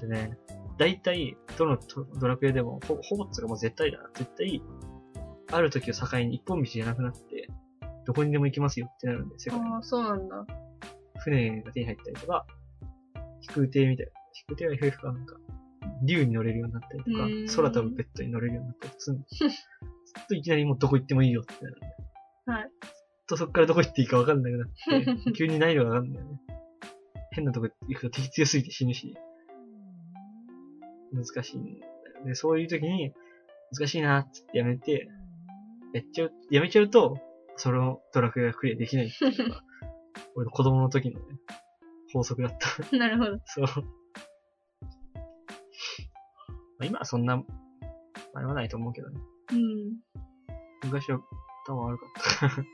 Speaker 1: でね、大体、どのドドラクエでも、ほほぼっつうかもう絶対だな。絶対、ある時を境に一本道じゃなくなって、どこにでも行きますよってなるんで、世界に
Speaker 2: ああ、そうなんだ。
Speaker 1: 船が手に入ったりとか、飛空艇みたいな。飛空艇は FF かなんか、竜に乗れるようになったりと
Speaker 2: うーん
Speaker 1: か、空飛ぶベッドに乗れるようになったりとか するんですよずっといきなりもうどこ行ってもいいよってなるんで。
Speaker 2: はい。
Speaker 1: とそっからどこ行っていいかわかんなくな って、急に難易度が上がるんだよね。変なとこ行くと敵強すぎて死ぬし、難しいんだよね。そういう時に、難しいなーっつってやめて、やっちゃう、やめちゃうと、そのドラクエがクリアできないっていうのが、俺の子供の時のね、法則だった。
Speaker 2: なるほど。
Speaker 1: そう。まあ今はそんな、あれはないと思うけどね。
Speaker 2: うん。
Speaker 1: 昔は多分悪かった。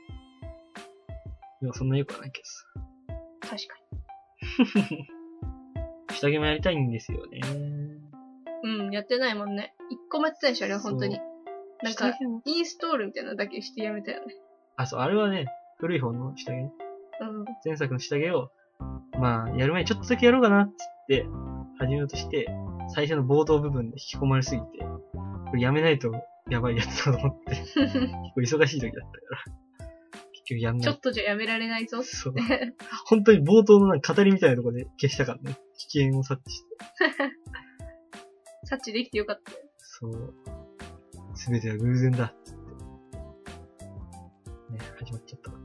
Speaker 1: でもそんな良くはないけ
Speaker 2: 確か
Speaker 1: どさ。下着もやりたいんですよね。
Speaker 2: に。うん、やってないもんね。一個もやってないでしょ、あれは本当に
Speaker 1: そ。
Speaker 2: なん
Speaker 1: 下
Speaker 2: か、
Speaker 1: 着も
Speaker 2: インストールみたいなのだけしてやめたよね。
Speaker 1: あ、そう、あれはね、古い方の下着ね。
Speaker 2: うん。
Speaker 1: 前作の下着を、まあ、やる前にちょっとだけやろうかな、つって、始めようとして、最初の冒頭部分で引き込まれすぎて、これやめないとやばいやつだと思 って、結構忙しい時だったから、結局やん
Speaker 2: ち
Speaker 1: な
Speaker 2: ょ
Speaker 1: い
Speaker 2: っ。とじゃやめられないぞ。
Speaker 1: そう。本当に冒頭のなんか語りみたいなところで消したからね。危険を察知して。
Speaker 2: 察知できてよかったよ。
Speaker 1: そう。すべては偶然だ。つって。ね、始まっちゃったか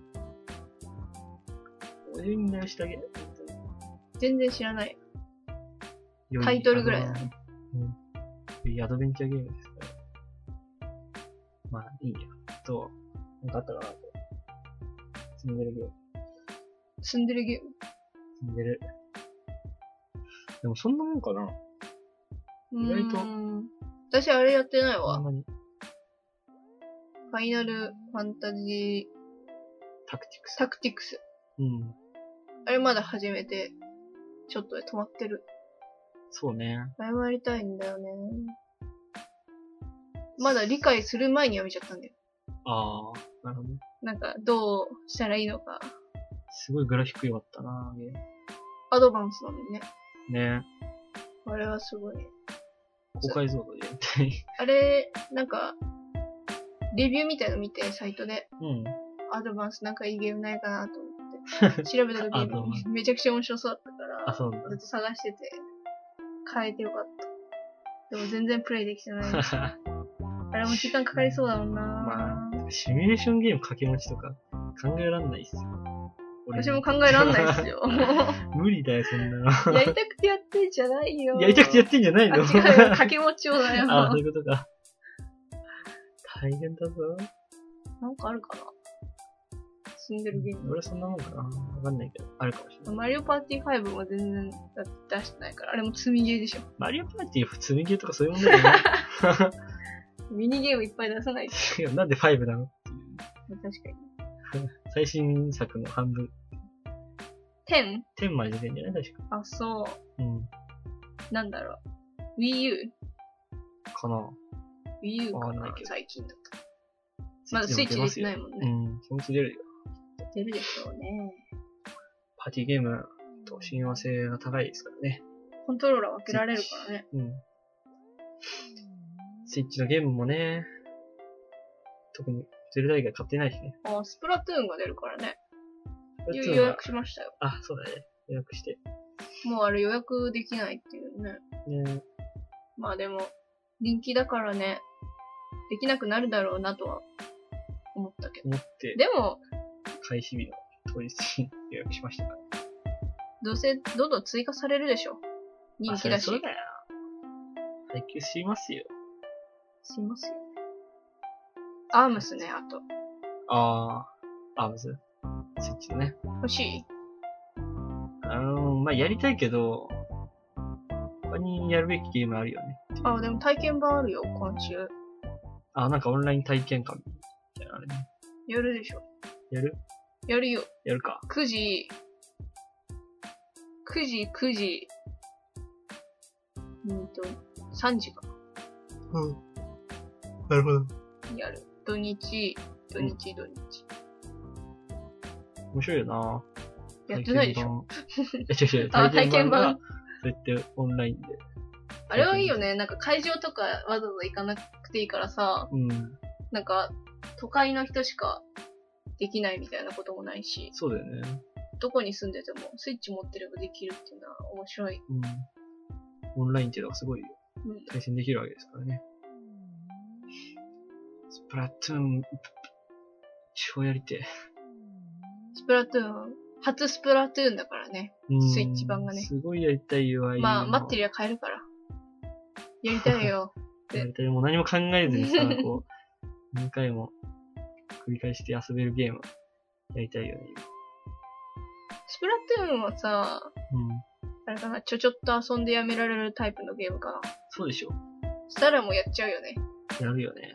Speaker 1: ら。おいいんだよ、下着。
Speaker 2: 全然知らない。
Speaker 1: 良
Speaker 2: タイトルぐらいだ
Speaker 1: ね。うん。良いアドベンチャーゲームですから。まあ、いいや。と、なんかあったかなと。積んでるゲーム。
Speaker 2: 住んでるゲー
Speaker 1: 積んでる。でもそんなもんかな
Speaker 2: ム。
Speaker 1: 意外と
Speaker 2: うーん。私あれやってない
Speaker 1: あ
Speaker 2: わ
Speaker 1: ん。まり。
Speaker 2: ファイナルファンタジー
Speaker 1: タクティクス。
Speaker 2: タクティクス。
Speaker 1: うん。
Speaker 2: あれまだ始めて、ちょっとで止まってる。
Speaker 1: そうね。
Speaker 2: あれもやりたいんだよね。まだ理解する前にやめちゃったんだよ。
Speaker 1: ああ、なるほどね。
Speaker 2: なんか、どうしたらいいのか。
Speaker 1: すごいグラフィック良かったなゲー
Speaker 2: アドバンスなのにね。
Speaker 1: ムね
Speaker 2: あれはすごいね。
Speaker 1: 高解像度でやりた い。
Speaker 2: あれ、なんか、レビューみたいの見て、サイトで。
Speaker 1: うん。
Speaker 2: アドバンスなんかいいゲームないかなと思 って。調べた
Speaker 1: アドバン
Speaker 2: 時にめちゃくちゃ面白そうだったから
Speaker 1: あ、、そうなん
Speaker 2: ずっと探してて、変えてよかった。でも全然プレイできてな い。
Speaker 1: だ。
Speaker 2: あれも時間かかりそうだもんな、
Speaker 1: ま シミュレーションゲーム掛け持ちとか考えらんないっすよ。俺
Speaker 2: 私も考えらんないっすよ。
Speaker 1: 無理だよ、そんな
Speaker 2: やりたくてやってんじゃないよ。
Speaker 1: の。やりたくてやってんじゃない
Speaker 2: あ
Speaker 1: の
Speaker 2: 違う よ。掛け持ちをだよ。な
Speaker 1: あ、そういうことか。大変だぞ。
Speaker 2: んかあるかな住んでるゲーム。
Speaker 1: 俺そんなもんかな。わかんないけど、あるかもしれない。
Speaker 2: マリオパーティー5も全然だって出してないから、あれも積みゲーでしょ。
Speaker 1: マリオパーティー普通にゲーとかそういうもんだよね。
Speaker 2: ミニゲームいっぱい出 さないと。
Speaker 1: いやなんで5なの
Speaker 2: 確かに。
Speaker 1: 最新作の半分。
Speaker 2: 10?
Speaker 1: 10まで出てんじゃない確か。
Speaker 2: あ、そう。
Speaker 1: うん。
Speaker 2: なんだろう。Wii U?
Speaker 1: かな。
Speaker 2: Wii U
Speaker 1: わ
Speaker 2: か
Speaker 1: かんない
Speaker 2: な
Speaker 1: けど
Speaker 2: 最近だと。まだスイッ
Speaker 1: 出
Speaker 2: チ出
Speaker 1: ま
Speaker 2: て
Speaker 1: すよ
Speaker 2: ないもん
Speaker 1: う
Speaker 2: ね。
Speaker 1: ん。気持ち出るよ。
Speaker 2: 出るでしょうね。
Speaker 1: パーティーゲームと親和性が高いですからね。
Speaker 2: コントローラー分けられるからね。
Speaker 1: うん。スイッチのゲームもね、特にゼルダ以外買ってないしね。
Speaker 2: あ、スプラトゥーンが出るからね。
Speaker 1: や
Speaker 2: 予
Speaker 1: つは
Speaker 2: 約しましたよ。
Speaker 1: あ、そうだね。予約して。
Speaker 2: もうあれ予約できないっていうね。
Speaker 1: ね
Speaker 2: まあでも、人気だからね、できなくなるだろうなとは思ったけど。
Speaker 1: 思って、
Speaker 2: でも、
Speaker 1: 開始日の当日に予約しましたから。
Speaker 2: どうせどんどん追加されるでしょ。人気だ
Speaker 1: あそりゃそ
Speaker 2: し
Speaker 1: う。だよ。配給しますよ。
Speaker 2: すいません。アームスね、あと。
Speaker 1: あー、アームズスイッチのね。
Speaker 2: 欲しい
Speaker 1: あのー、まあ、やりたいけど、他にやるべきゲームあるよね。
Speaker 2: あ、でも体験版あるよ、今週。
Speaker 1: あ、なんかオンライン体験館みたいなのあれね。
Speaker 2: やるでしょ。
Speaker 1: やる
Speaker 2: やるよ。
Speaker 1: やるか。
Speaker 2: 9時、9時、9時、うんと、3時か
Speaker 1: うん。なるほど。
Speaker 2: にやる。土日、土日、土日。
Speaker 1: 面白いよな
Speaker 2: やってないでしょ。
Speaker 1: ょ違う違う、
Speaker 2: あ
Speaker 1: 体験版
Speaker 2: 体
Speaker 1: が、そうやってオンラインで。
Speaker 2: あれはいいよね。なんか会場とかわざわざ行かなくていいからさ、
Speaker 1: うん。
Speaker 2: なんか都会の人しかできないみたいなこともないし、
Speaker 1: そうだよね。
Speaker 2: どこに住んでてもスイッチ持ってればできるっていうのは面白い。
Speaker 1: うん。オンラインっていうのがすごい
Speaker 2: うん。
Speaker 1: 対戦できるわけですからね。スプラトゥーン、超やりてえ。
Speaker 2: スプラトゥーン、初スプラトゥーンだからね。
Speaker 1: うん
Speaker 2: スイッチ版がね
Speaker 1: すごいやりたい UI。
Speaker 2: まあ、待って
Speaker 1: る
Speaker 2: りゃ買えるから。やりたいよ。
Speaker 1: やりたい。もう何も考えずに さ、こう、何回も繰り返して遊べるゲーム、やりたいよね。
Speaker 2: スプラトゥーンはさ、
Speaker 1: うん。
Speaker 2: あれかな、ちょちょっと遊んでやめられるタイプのゲームかな。
Speaker 1: そうでしょ。
Speaker 2: したらもうやっちゃうよね。
Speaker 1: やるよね。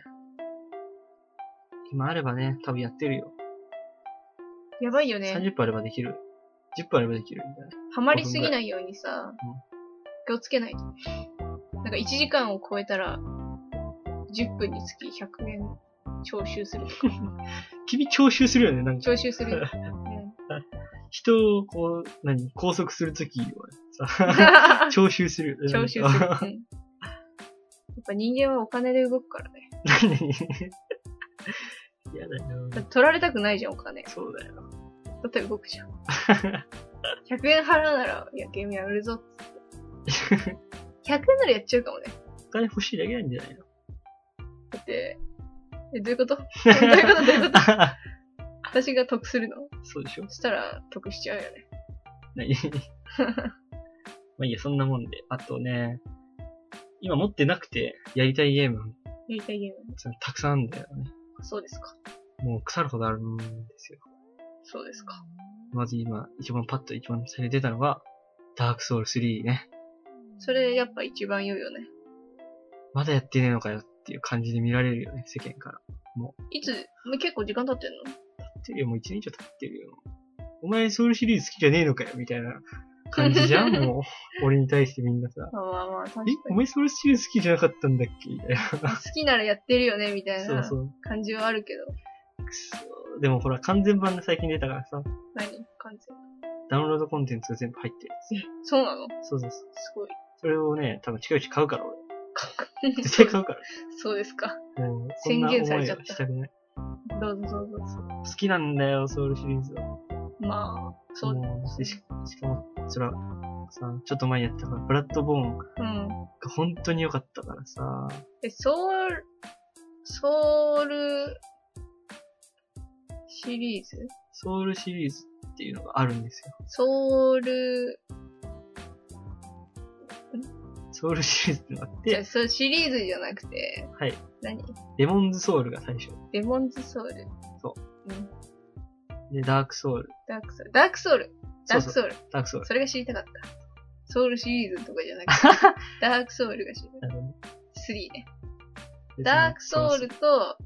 Speaker 1: 今あればね、多分やってるよ。
Speaker 2: やばいよね。
Speaker 1: 30分あればできる。10分あればできるみたいな。
Speaker 2: ハマりすぎないようにさ、気をつけないと。なんか1時間を超えたら、10分につき100円徴収するとか。
Speaker 1: 君徴収するよね、なんか。
Speaker 2: 徴収するよ。うん
Speaker 1: 人をこう、何、拘束するときはさ、徴収するよね。
Speaker 2: 徴収する。うん
Speaker 1: なん
Speaker 2: や
Speaker 1: か
Speaker 2: っぱ人間はお金で動くからね。
Speaker 1: 何 嫌だよ。
Speaker 2: だって取られたくないじゃん、お金。だ
Speaker 1: そう だよ。
Speaker 2: って動くじゃん。100円払うなら、いや、ゲームやめるぞっつって。100円ならやっちゃうかもね。
Speaker 1: お金欲しいだけなんじゃないの
Speaker 2: だって、え、どういうこと どういうことどういうこと私が得するの
Speaker 1: そうでしょ
Speaker 2: そしたら得しちゃうよね。
Speaker 1: 何まあいいや、そんなもんで。あとね、今持ってなくてやりたいゲーム、
Speaker 2: やりたいゲーム。
Speaker 1: たくさんあるんだよね。
Speaker 2: そうですか。
Speaker 1: もう腐るほどあるんですよ。
Speaker 2: そうですか。
Speaker 1: まず今、一番パッと一番最初に出たのが、ダークソウル3ね。
Speaker 2: それやっぱ一番言うよね。
Speaker 1: まだやってねえのかよっていう感じで見られるよね、世間から。
Speaker 2: いつ、もう結構時間経ってんの
Speaker 1: 経ってるよ、もう一年以上経ってるよ。お前ソウルシリーズ好きじゃねえのかよ、みたいな感じじゃん、 もう。俺に対してみんなさ。
Speaker 2: まあまあまあ、確か
Speaker 1: え
Speaker 2: に。、
Speaker 1: お前ソウルシリーズ好きじゃなかったんだっけみたいな。
Speaker 2: 好きならやってるよね、みたい
Speaker 1: そう
Speaker 2: な
Speaker 1: そう。
Speaker 2: 感じはあるけど。
Speaker 1: くそーでもほら、完全版が最近出たからさ、
Speaker 2: 何完全。
Speaker 1: ダウンロードコンテンツが全部入ってる
Speaker 2: そうなの
Speaker 1: やつ。そうそうそう。
Speaker 2: すごい。
Speaker 1: それをね、多分近いうち買うから、俺。絶対
Speaker 2: そう
Speaker 1: 買うから。
Speaker 2: そうですか。
Speaker 1: もうそんな
Speaker 2: 宣言されちゃった
Speaker 1: 思いはしたくない。
Speaker 2: どうぞどうぞどうぞ。
Speaker 1: 好きなんだよ、ソウルシリーズは。
Speaker 2: まあ、そう。
Speaker 1: もうでししかも、そら、さ、ちょっと前にやったから、ブラッドボーンが
Speaker 2: うん。
Speaker 1: 本当に良かったからさ、
Speaker 2: え、ソウル、ソウル、シリーズ
Speaker 1: ソウルシリーズっていうのがあるんですよ。
Speaker 2: ソウル、
Speaker 1: ソウルシリーズってのがあっ
Speaker 2: じゃあ
Speaker 1: て、
Speaker 2: そうシリーズじゃなくて、
Speaker 1: はい。
Speaker 2: 何
Speaker 1: デモンズソウルが最初。
Speaker 2: デモンズソウル。。
Speaker 1: そう
Speaker 2: うん。
Speaker 1: で、ダークソウル。
Speaker 2: ダークソウル。ダークソウル。ダ
Speaker 1: そうそ
Speaker 2: ーク
Speaker 1: う、
Speaker 2: ソウル。
Speaker 1: ダークソウル。
Speaker 2: それが知りたかった。ソウルシリーズとかじゃなく て、ダークソウルが知りたい。
Speaker 1: なるほどね
Speaker 2: 3ね。
Speaker 1: で
Speaker 2: ダークソウ
Speaker 1: そ
Speaker 2: ル
Speaker 1: の
Speaker 2: と、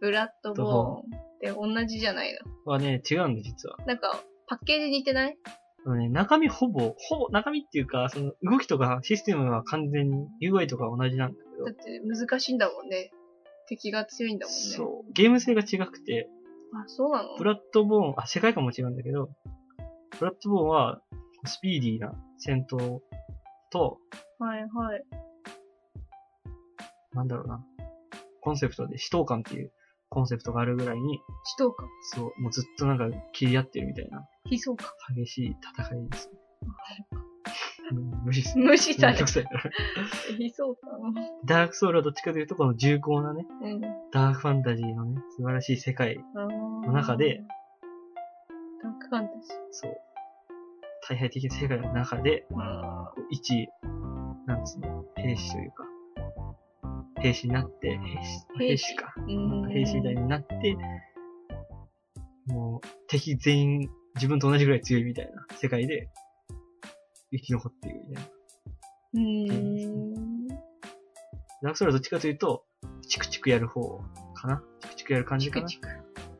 Speaker 2: ブラッドボーンって同じじゃないの。
Speaker 1: はね、違うんで、実は。
Speaker 2: なんか、パッケージ似てない
Speaker 1: あのね、中身ほぼ、ほぼ、中身っていうか、その、動きとかシステムは完全に UI とか同じなんだけど
Speaker 2: だ、って難しいんだもんね。敵が強いんだもんね。
Speaker 1: そう。ゲーム性が違くて、
Speaker 2: あ、そうなの
Speaker 1: プラットボーン、あ、世界観も違うんだけど、プラットボーンは、スピーディーな戦闘と、
Speaker 2: はいはい。
Speaker 1: なんだろうな、コンセプトで死闘感っていうコンセプトがあるぐらいに、
Speaker 2: 死闘か。
Speaker 1: そう、もうずっとなんか切り合ってるみたいな、
Speaker 2: 悲壮か。
Speaker 1: 激しい戦いです、ね。うん無 視する。
Speaker 2: 無視さ
Speaker 1: め
Speaker 2: れ
Speaker 1: ん
Speaker 2: て
Speaker 1: どく。さいから。
Speaker 2: 悲壮か。
Speaker 1: ダークソウルはどっちかというと、この重厚なね、
Speaker 2: うん。
Speaker 1: ダークファンタジーのね、素晴らしい世界、
Speaker 2: の
Speaker 1: 中で、
Speaker 2: ダークファンタジー。
Speaker 1: そう、大敗的な世界の中で、
Speaker 2: あ
Speaker 1: こう一、なんつうの、兵士というか、兵士になって、兵士、
Speaker 2: 兵
Speaker 1: 兵
Speaker 2: 士
Speaker 1: 士か。
Speaker 2: ーうん
Speaker 1: 兵士みたいになって、もう敵全員自分と同じぐらい強いみたいな世界で生き残っているみたいな。
Speaker 2: うーん。
Speaker 1: ダークソウルはどっちかというと、チクチクやる方かなチクチクやる感じ
Speaker 2: チ
Speaker 1: か
Speaker 2: ク
Speaker 1: な
Speaker 2: チク。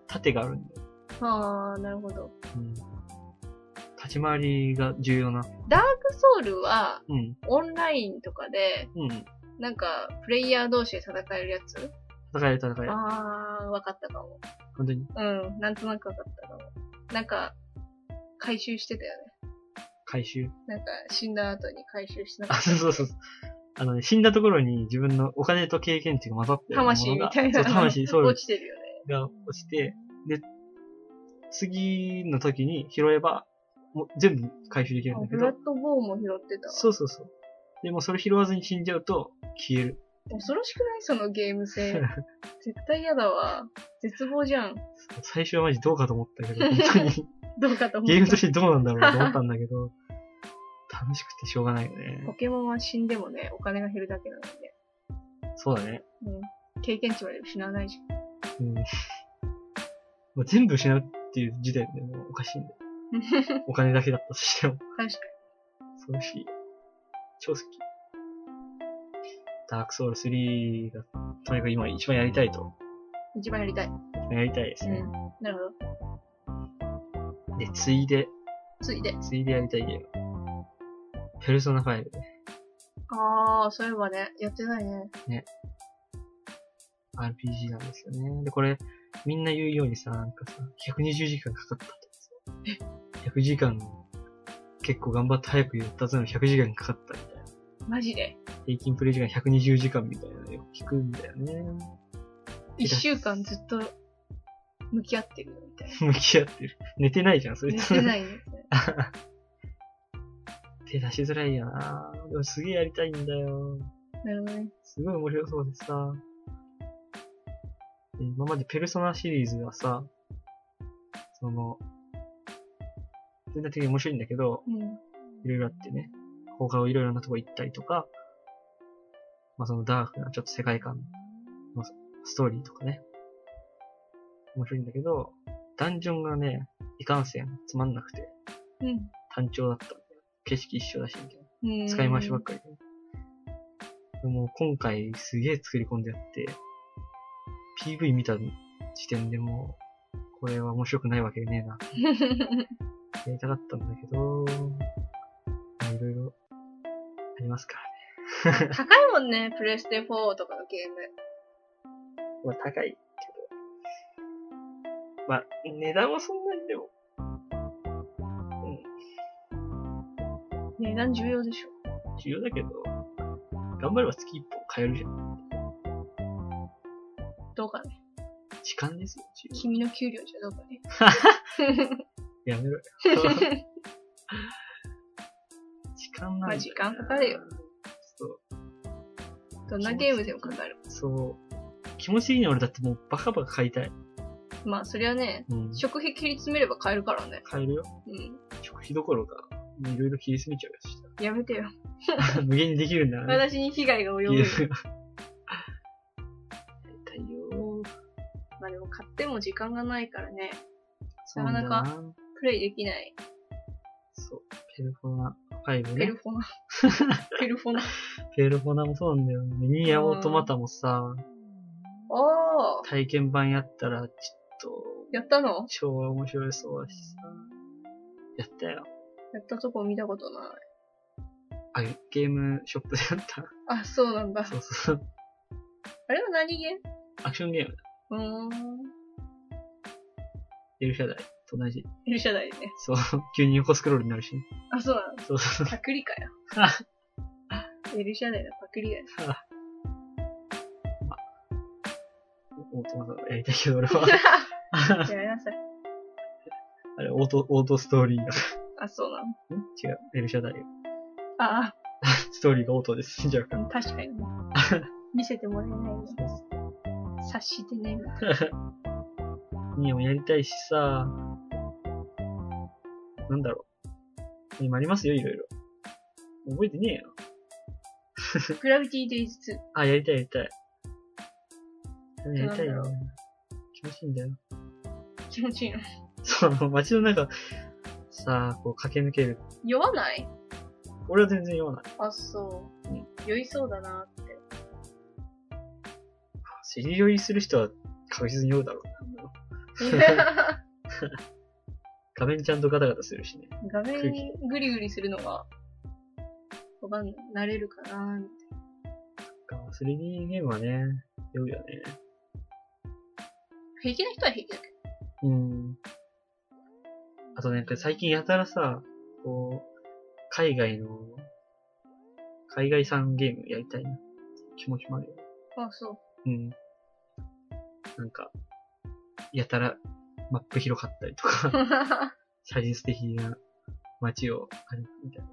Speaker 1: 盾があるんだよ。
Speaker 2: ああ、なるほど。
Speaker 1: うん。立ち回りが重要な。
Speaker 2: ダークソウルは、
Speaker 1: うん。
Speaker 2: オンラインとかで、
Speaker 1: うん。
Speaker 2: なんか、プレイヤー同士で戦えるやつ
Speaker 1: 戦える戦える。
Speaker 2: ああ、わかったかも。
Speaker 1: 本当に。
Speaker 2: うん、なんとなくわかったかも。なんか、回収してたよね。
Speaker 1: 回収。
Speaker 2: なんか、死んだ後に回収してなか
Speaker 1: あ、
Speaker 2: っ
Speaker 1: そうそうそう。あのね、死んだところに自分のお金と経験値が混ざって
Speaker 2: た。
Speaker 1: るものが、
Speaker 2: 魂みたいな
Speaker 1: そう、魂、そう、
Speaker 2: 落ちてるよね。
Speaker 1: が落ちて、で、次の時に拾えば、もう全部回収できるんだけ
Speaker 2: ブラッ
Speaker 1: ど、
Speaker 2: ドボーンも拾ってたわ。
Speaker 1: そうそうそう。でもそれ拾わずに死んじゃうと消える。
Speaker 2: 恐ろしくないそのゲーム性。 絶対嫌だわ。絶望じゃん。
Speaker 1: 最初はマジどうかと思ったけど、本当に
Speaker 2: どうかと 思
Speaker 1: ゲームと
Speaker 2: う。
Speaker 1: してどうなんだろうと思ったんだけ ど、楽しくてしょうがないよね
Speaker 2: ポ。ケモンは死んでもね、お金が減るだけなので。
Speaker 1: そうだね。
Speaker 2: うん。経験値まで失わないじ
Speaker 1: うん。もう全部失うっていう時点でもうおかしいんだよ。
Speaker 2: ゃん。確か
Speaker 1: お金だけだったとしても。
Speaker 2: に。
Speaker 1: その日、超好き。ダークソウル3が、とにかく今一番やりたいと。
Speaker 2: 一番やりたい。う
Speaker 1: やりたいですね。
Speaker 2: ん。なるほど。
Speaker 1: で、ついで、
Speaker 2: ついで。
Speaker 1: ついでやりたいゲーム。ペルソナ5。
Speaker 2: ああ、そういえばね、やってないね。
Speaker 1: RPG なんですよね。で、これ、みんな言うようにさ、なんかさ、120時間かかったってさ。100時間、結構頑張って早くやったつのに100時間かかったみたいな。
Speaker 2: マジで。
Speaker 1: 平均プレイ時間120時間みたいなのよく聞くんだよね。
Speaker 2: 一週間ずっと向き合ってるみたいな。
Speaker 1: 向き合ってる。寝てないじゃん、それ
Speaker 2: 寝てないね。
Speaker 1: 手出しづらいよなでもすげえやりたいんだよ。
Speaker 2: なるほどね。
Speaker 1: すごい面白そうでさ。で今までペルソナシリーズはさ、その、全体的に面白いんだけど、
Speaker 2: うん。
Speaker 1: いろいろあってね、他をいろいろなとこ行ったりとか、まあそのダークなちょっと世界観のストーリーとかね、面白いんだけど、ダンジョンがね、いかんせんつまんなくて、
Speaker 2: うん。
Speaker 1: 単調だったんだよ。景色一緒だし、みたいな。
Speaker 2: うん
Speaker 1: 使い回しばっかりで。でも今回すげえ作り込んであって、PV 見た時点でもう、これは面白くないわけねえな。 やりたかったんだけど、まあいろいろありますか
Speaker 2: 高いもんね、プレステ4とかのゲーム。
Speaker 1: らね。まあ高いけど。まあ値段はそんなにでも、
Speaker 2: 値段重要でしょ。
Speaker 1: 重要だけど、頑張れば月一本買えるじゃん。
Speaker 2: どうかね。
Speaker 1: 時間ですよ、時間
Speaker 2: 君の給料じゃどうかね。
Speaker 1: やめろよ。時間なんだよな
Speaker 2: まあ時間かかるよ。
Speaker 1: そう。
Speaker 2: どんなゲームでもかかる。
Speaker 1: そう。気持ち的に俺だってもうバカバカ買いたい。
Speaker 2: まあ、そりゃね、
Speaker 1: うん。
Speaker 2: 食費切り詰めれば買えるからね。
Speaker 1: 買えるよ。
Speaker 2: う。
Speaker 1: 食費どころか、いろいろ切りすぎちゃうん
Speaker 2: やめてよ。
Speaker 1: よそしたら。 無限にできるんだな。
Speaker 2: 私に被害が及ぶ
Speaker 1: ゲーム
Speaker 2: よ。
Speaker 1: が。やりたいよ。
Speaker 2: まあでも買っても時間がないからね。
Speaker 1: そうなんだよ
Speaker 2: なかプレイできない。
Speaker 1: そう。ペルフォナ5
Speaker 2: ペ
Speaker 1: ね
Speaker 2: ル。フォナ。 ペルフォナ。
Speaker 1: ペルフォナもそうなんだよね。ニーアオートマタもさ、
Speaker 2: ああ、
Speaker 1: 体験版やったら、ちょっと、
Speaker 2: やったの
Speaker 1: 超面白いそうだしさ。やったよ。
Speaker 2: やったとこ見たことない。
Speaker 1: あ、ゲームショップでやった。
Speaker 2: あ、そうなんだ。
Speaker 1: そうそうそう。
Speaker 2: あれは何ゲー
Speaker 1: アクションゲーム
Speaker 2: うーん。
Speaker 1: エルシャダイと同じ。
Speaker 2: エルシャダイね。
Speaker 1: そう、急に横スクロールになるしね。
Speaker 2: あ、そうなの。
Speaker 1: そうそう
Speaker 2: パク リかよ。エルシャダイのパクリだよ。
Speaker 1: そう。オートマタやりたいけど俺 は。
Speaker 2: やめなさい。
Speaker 1: あれ、オート、オートストーリーだ。ん
Speaker 2: あ、そうなの。
Speaker 1: 違う、エルシャダイ。
Speaker 2: あ
Speaker 1: ストーリーがオートで進んじゃうか
Speaker 2: あ、確かにね。見せてもらえないよ。
Speaker 1: ら。そう
Speaker 2: 察してね。
Speaker 1: そう。ニオンやりたいしさ、なんだろう。今ありますよ、いろいろ。覚えてねえよ。
Speaker 2: グラビティデイズ2。
Speaker 1: あ、やりたい、やりたい。やりたい
Speaker 2: なん
Speaker 1: よ
Speaker 2: だろ。
Speaker 1: 気持ちいいんだよ。
Speaker 2: 気持ちいいの。
Speaker 1: そう、街の中、さあ、こう駆け抜ける。
Speaker 2: 酔わない
Speaker 1: 俺は全然酔わない。
Speaker 2: あ、そう
Speaker 1: うん。
Speaker 2: 酔いそうだなって。
Speaker 1: 知り酔いする人は確実に酔うだろうな。画面ちゃんとガタガタするしね。
Speaker 2: 画面グリグリするのが、わかんない。慣れるかなみ
Speaker 1: 3D ゲームはね、酔うよね。
Speaker 2: たいな平気な人は平気だけど。
Speaker 1: うん。あとね、これ最近やたらさ、こう、海外の、海外産ゲームやりたいな。気持ちもあるよ。
Speaker 2: あ、そう。
Speaker 1: うん。なんか、やたらマップ広かったりと か、写実的な街を歩くみたいな。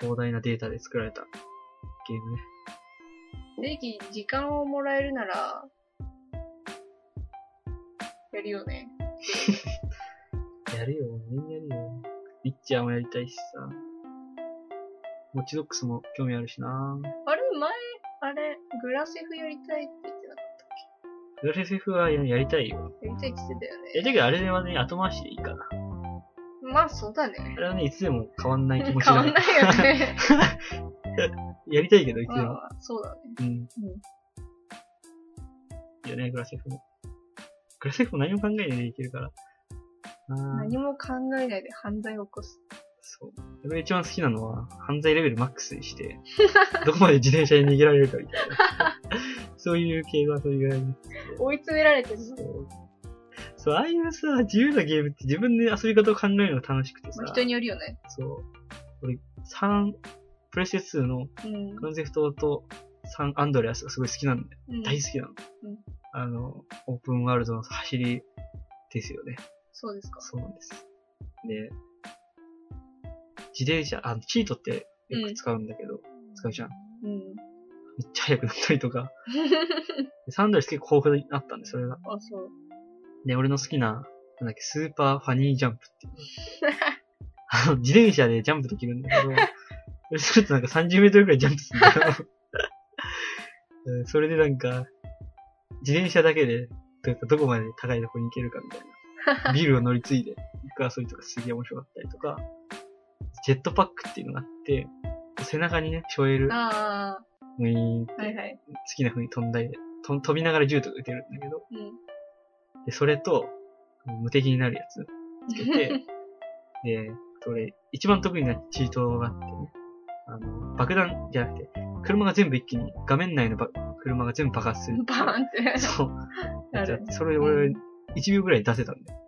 Speaker 1: 膨大なデータで作られたゲームね。
Speaker 2: ぜひ、時間をもらえるなら、やるよね。
Speaker 1: やるよ、みんなやるよ。ウィッチャーもやりたいしさ。ウォッチドックスも興味あるしな
Speaker 2: あれ、前、あれ、グラセフやりたいって言ってなかっ
Speaker 1: グラセフはややりたいよ。
Speaker 2: た。やりたいって言ってたよね。
Speaker 1: え、だけどあれはね、後回しでいいかな。
Speaker 2: まあ、そうだ
Speaker 1: あ
Speaker 2: ね。
Speaker 1: れはね、いつでも変わんない気
Speaker 2: 変
Speaker 1: 持ち
Speaker 2: わんないよね。
Speaker 1: やりたいけど、いつで
Speaker 2: まあ
Speaker 1: も。
Speaker 2: まあ、そうだね。
Speaker 1: うん。いいよね、グラセフも。グラセフも何も考えないでいけるから。ああ、
Speaker 2: 何も考えないで犯罪を起こす。
Speaker 1: そう。俺が一番好きなのは、犯罪レベルマックスにして、 どこまで自転車で逃げられるかみたいな。 そういう系はそれぐらいに。
Speaker 2: 追い詰められてる。
Speaker 1: そうそう、ああいうさ、自由なゲームって自分で遊び方を考えるのが楽しくてさ
Speaker 2: まあ、、人によるよね。
Speaker 1: そう。俺、3、プレステ2の
Speaker 2: うん。
Speaker 1: グランドセフトオート3アンドレアスがすごい好きなんだよ
Speaker 2: うん
Speaker 1: 大好きなの。
Speaker 2: うん
Speaker 1: あの、オープンワールドの走りですよね。
Speaker 2: そうですか。
Speaker 1: そうなんです。で、自転車、あの、チートってよく使うんだけど、使うじゃん。
Speaker 2: うん。
Speaker 1: めっちゃ速くなったりとか。でサンドレス結構豊富になったんで、それが。
Speaker 2: あ、そう。
Speaker 1: で、俺の好きな、なんだっけ、スーパーファニージャンプっていう の。あの、自転車でジャンプできるんだけど、それするとなんか30メートルくらいジャンプするんだよ。うんそれでなんか、自転車だけで、というかどこまで高いとこに行けるかみたいな。ビルを乗り継いで行く遊びとかすげえ面白かったりとか、ジェットパックっていうのがあって、背中にね、背負える、
Speaker 2: あ
Speaker 1: ウィーンって
Speaker 2: あ、はいはい。
Speaker 1: 好きな風に飛んだりで、と飛びながら銃とか撃てるんだけど、
Speaker 2: うん。
Speaker 1: で、それと、無敵になるやつつけて、で、それ、一番得意なチートがあってね、あの、爆弾じゃなくて、車が全部一気に、画面内のば車が全部爆発する。
Speaker 2: バーンって。
Speaker 1: そう。 や
Speaker 2: なる
Speaker 1: つやってそれ俺、1秒ぐらい出せたんだよ。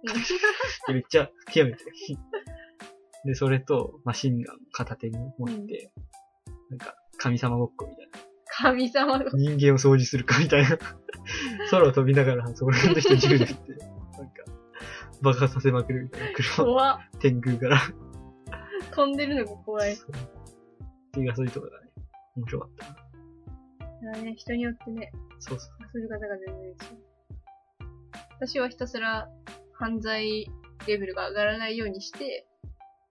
Speaker 1: でめっちゃ極めて。で、それと、マシンガン片手に持って、なんか、神様ごっこみたいな。
Speaker 2: 神様が。
Speaker 1: 人間を掃除するかみたいな。 空を飛びながら、そこら辺の人に銃で撃って、なんか、爆破させまくるみたいな。車を
Speaker 2: 怖っ
Speaker 1: 天空から。
Speaker 2: 飛んでるのが怖い。
Speaker 1: そうっていう遊びとかがね、面白かったな。
Speaker 2: だね、人によってね、
Speaker 1: そう そう。
Speaker 2: 遊び方が全然違う。私はひたすら犯罪レベルが上がらないようにして、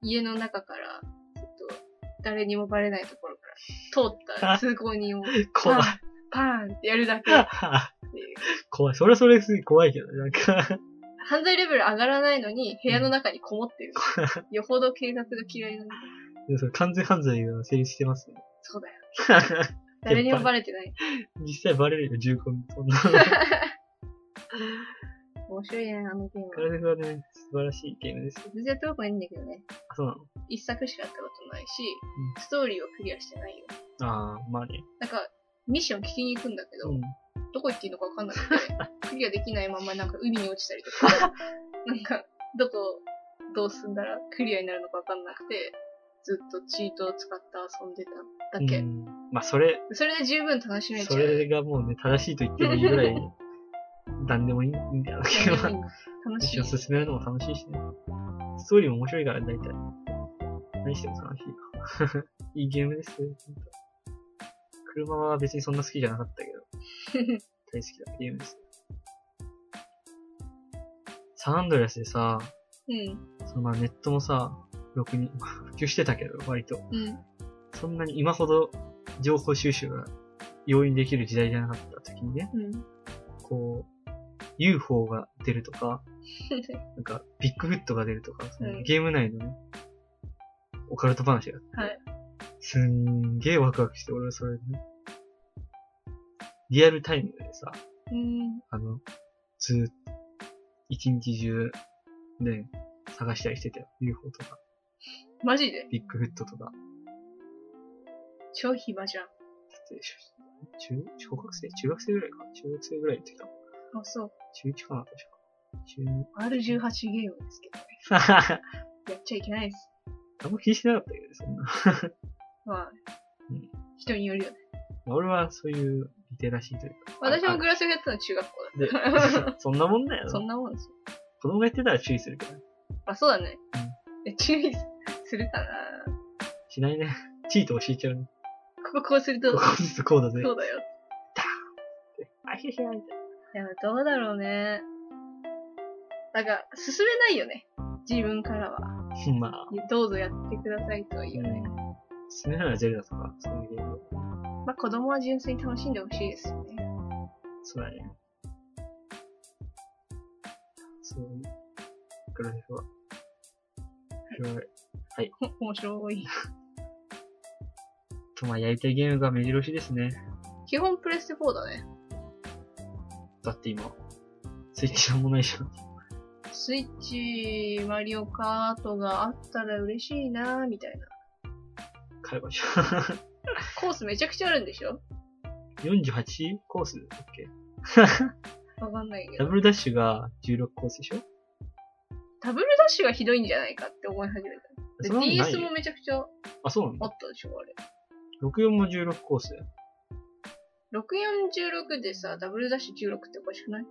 Speaker 2: 家の中から、ちょっと、誰にもバレないところから、通った通行人を
Speaker 1: 怖い。
Speaker 2: パーンってやるだけっていう。
Speaker 1: 怖い。それはそれすごい怖いけど、なんか、
Speaker 2: 犯罪レベル上がらないのに、部屋の中にこもってる。よほど警察が嫌いなんだ。
Speaker 1: でもそれ完全犯罪が成立してますね。
Speaker 2: そうだよ。誰にもバレてない。
Speaker 1: 実際バレるよ、銃痕。そんな。
Speaker 2: 面白いね、あのゲーム
Speaker 1: カ。ラデフはね、素晴らしいゲームですよ。
Speaker 2: 全然やったことないんだけどね。
Speaker 1: あ、そうなの
Speaker 2: 一作しかやったことないし、
Speaker 1: う
Speaker 2: ストーリーをクリアしてないよ。
Speaker 1: ああ、まあね。
Speaker 2: なんか、ミッション聞きに行くんだけど、
Speaker 1: うん。
Speaker 2: どこ行っていいのかわかんなくて、クリアできないままなんか海に落ちたりと か、なんか、どこ、どう進んだらクリアになるのかわかんなくて、ずっとチートを使って遊んでただけ。
Speaker 1: うんまあ、それ、
Speaker 2: それで十分楽しめちゃ。
Speaker 1: そうれがもうね、正しいと言ってもいい ぐらいに、なんでもいいんだよ。
Speaker 2: 何でもいい楽
Speaker 1: 一
Speaker 2: しい
Speaker 1: 緒。に進めるのも楽しいしね。ストーリーも面白いから、大体。何しても楽しいよ。 いいゲームですよ。ほんと車は別にそんな好きじゃなかったけど、大好きなゲームです。サンアンドレアスでさ、
Speaker 2: うん、
Speaker 1: そのまあネットもさ、ろくに、まあ普及してたけど、割と。
Speaker 2: うん。
Speaker 1: そんなに今ほど情報収集が容易にできる時代じゃなかった時にね、
Speaker 2: うん。
Speaker 1: こう、UFO が出るとか、なんか、ビッグフットが出るとか、そのゲーム内のね、オカルト話があって、
Speaker 2: はい
Speaker 1: すんげえワクワクして、俺はそれでね、リアルタイムでさ、
Speaker 2: うん。
Speaker 1: あの、ずーっと、一日中、ね、探したりしてたよ。UFO とか、
Speaker 2: マジで
Speaker 1: ビッグフットとか、
Speaker 2: 超暇じゃん。
Speaker 1: で中、小学生中学生ぐらいか中学生ぐらいの時だもん。
Speaker 2: あ、そう。
Speaker 1: 中1かな、確か。 12
Speaker 2: R18 ゲームですけどね。 やっちゃいけないです。
Speaker 1: あんま気にしてなかったけどね、そんな。
Speaker 2: まあ
Speaker 1: うん、
Speaker 2: 人によるよね。
Speaker 1: 俺はそういうリテラシーというか。
Speaker 2: 私も
Speaker 1: あ
Speaker 2: グラスがやってたのは中学校
Speaker 1: で、そんなもんだよ
Speaker 2: だ。そ
Speaker 1: な。
Speaker 2: んなもんですよ。
Speaker 1: 子供がやってたら注意するけど。
Speaker 2: あ、そうだね。え注意するかな
Speaker 1: しないね。 チートを敷いちゃうね。
Speaker 2: こここうすると、
Speaker 1: こ
Speaker 2: そ
Speaker 1: こずつこうだぜ。
Speaker 2: うだよ。
Speaker 1: あ、ひゃひゃみたい
Speaker 2: いや、どうだろうね。だから、進めないよね。自分からは。
Speaker 1: な。まあ、
Speaker 2: どうぞやってくださいとは
Speaker 1: う
Speaker 2: 言わない。
Speaker 1: ん。スネラはゼルダとか、そういうゲーム。
Speaker 2: まあ、子供は純粋に楽しんでほしいですよね。
Speaker 1: そうだね。そう。グラフは。面白い。
Speaker 2: ほ面白い。
Speaker 1: と、まあ、やりたいゲームが目白押しですね。
Speaker 2: 基本プレステ4だね。
Speaker 1: だって今、スイッチなんもないじゃん。
Speaker 2: スイッチ、マリオカートがあったら嬉しいなーみたいな。
Speaker 1: 買え ばいいじゃん。
Speaker 2: コースめちゃくちゃあるんでしょ
Speaker 1: 48コースだっけ
Speaker 2: わかんないけ
Speaker 1: ダ
Speaker 2: ど。
Speaker 1: ブルダッシュが16コースでしょ
Speaker 2: ダブルダッシュがひどいんじゃないかって思い始めた。で
Speaker 1: そんなことない
Speaker 2: DS もめちゃくちゃ
Speaker 1: あ、そうなんだ。
Speaker 2: あったでしょ、あれ。
Speaker 1: 64も16コースだよ。
Speaker 2: 6416でさ、ダブルダッシュ16っておかしくない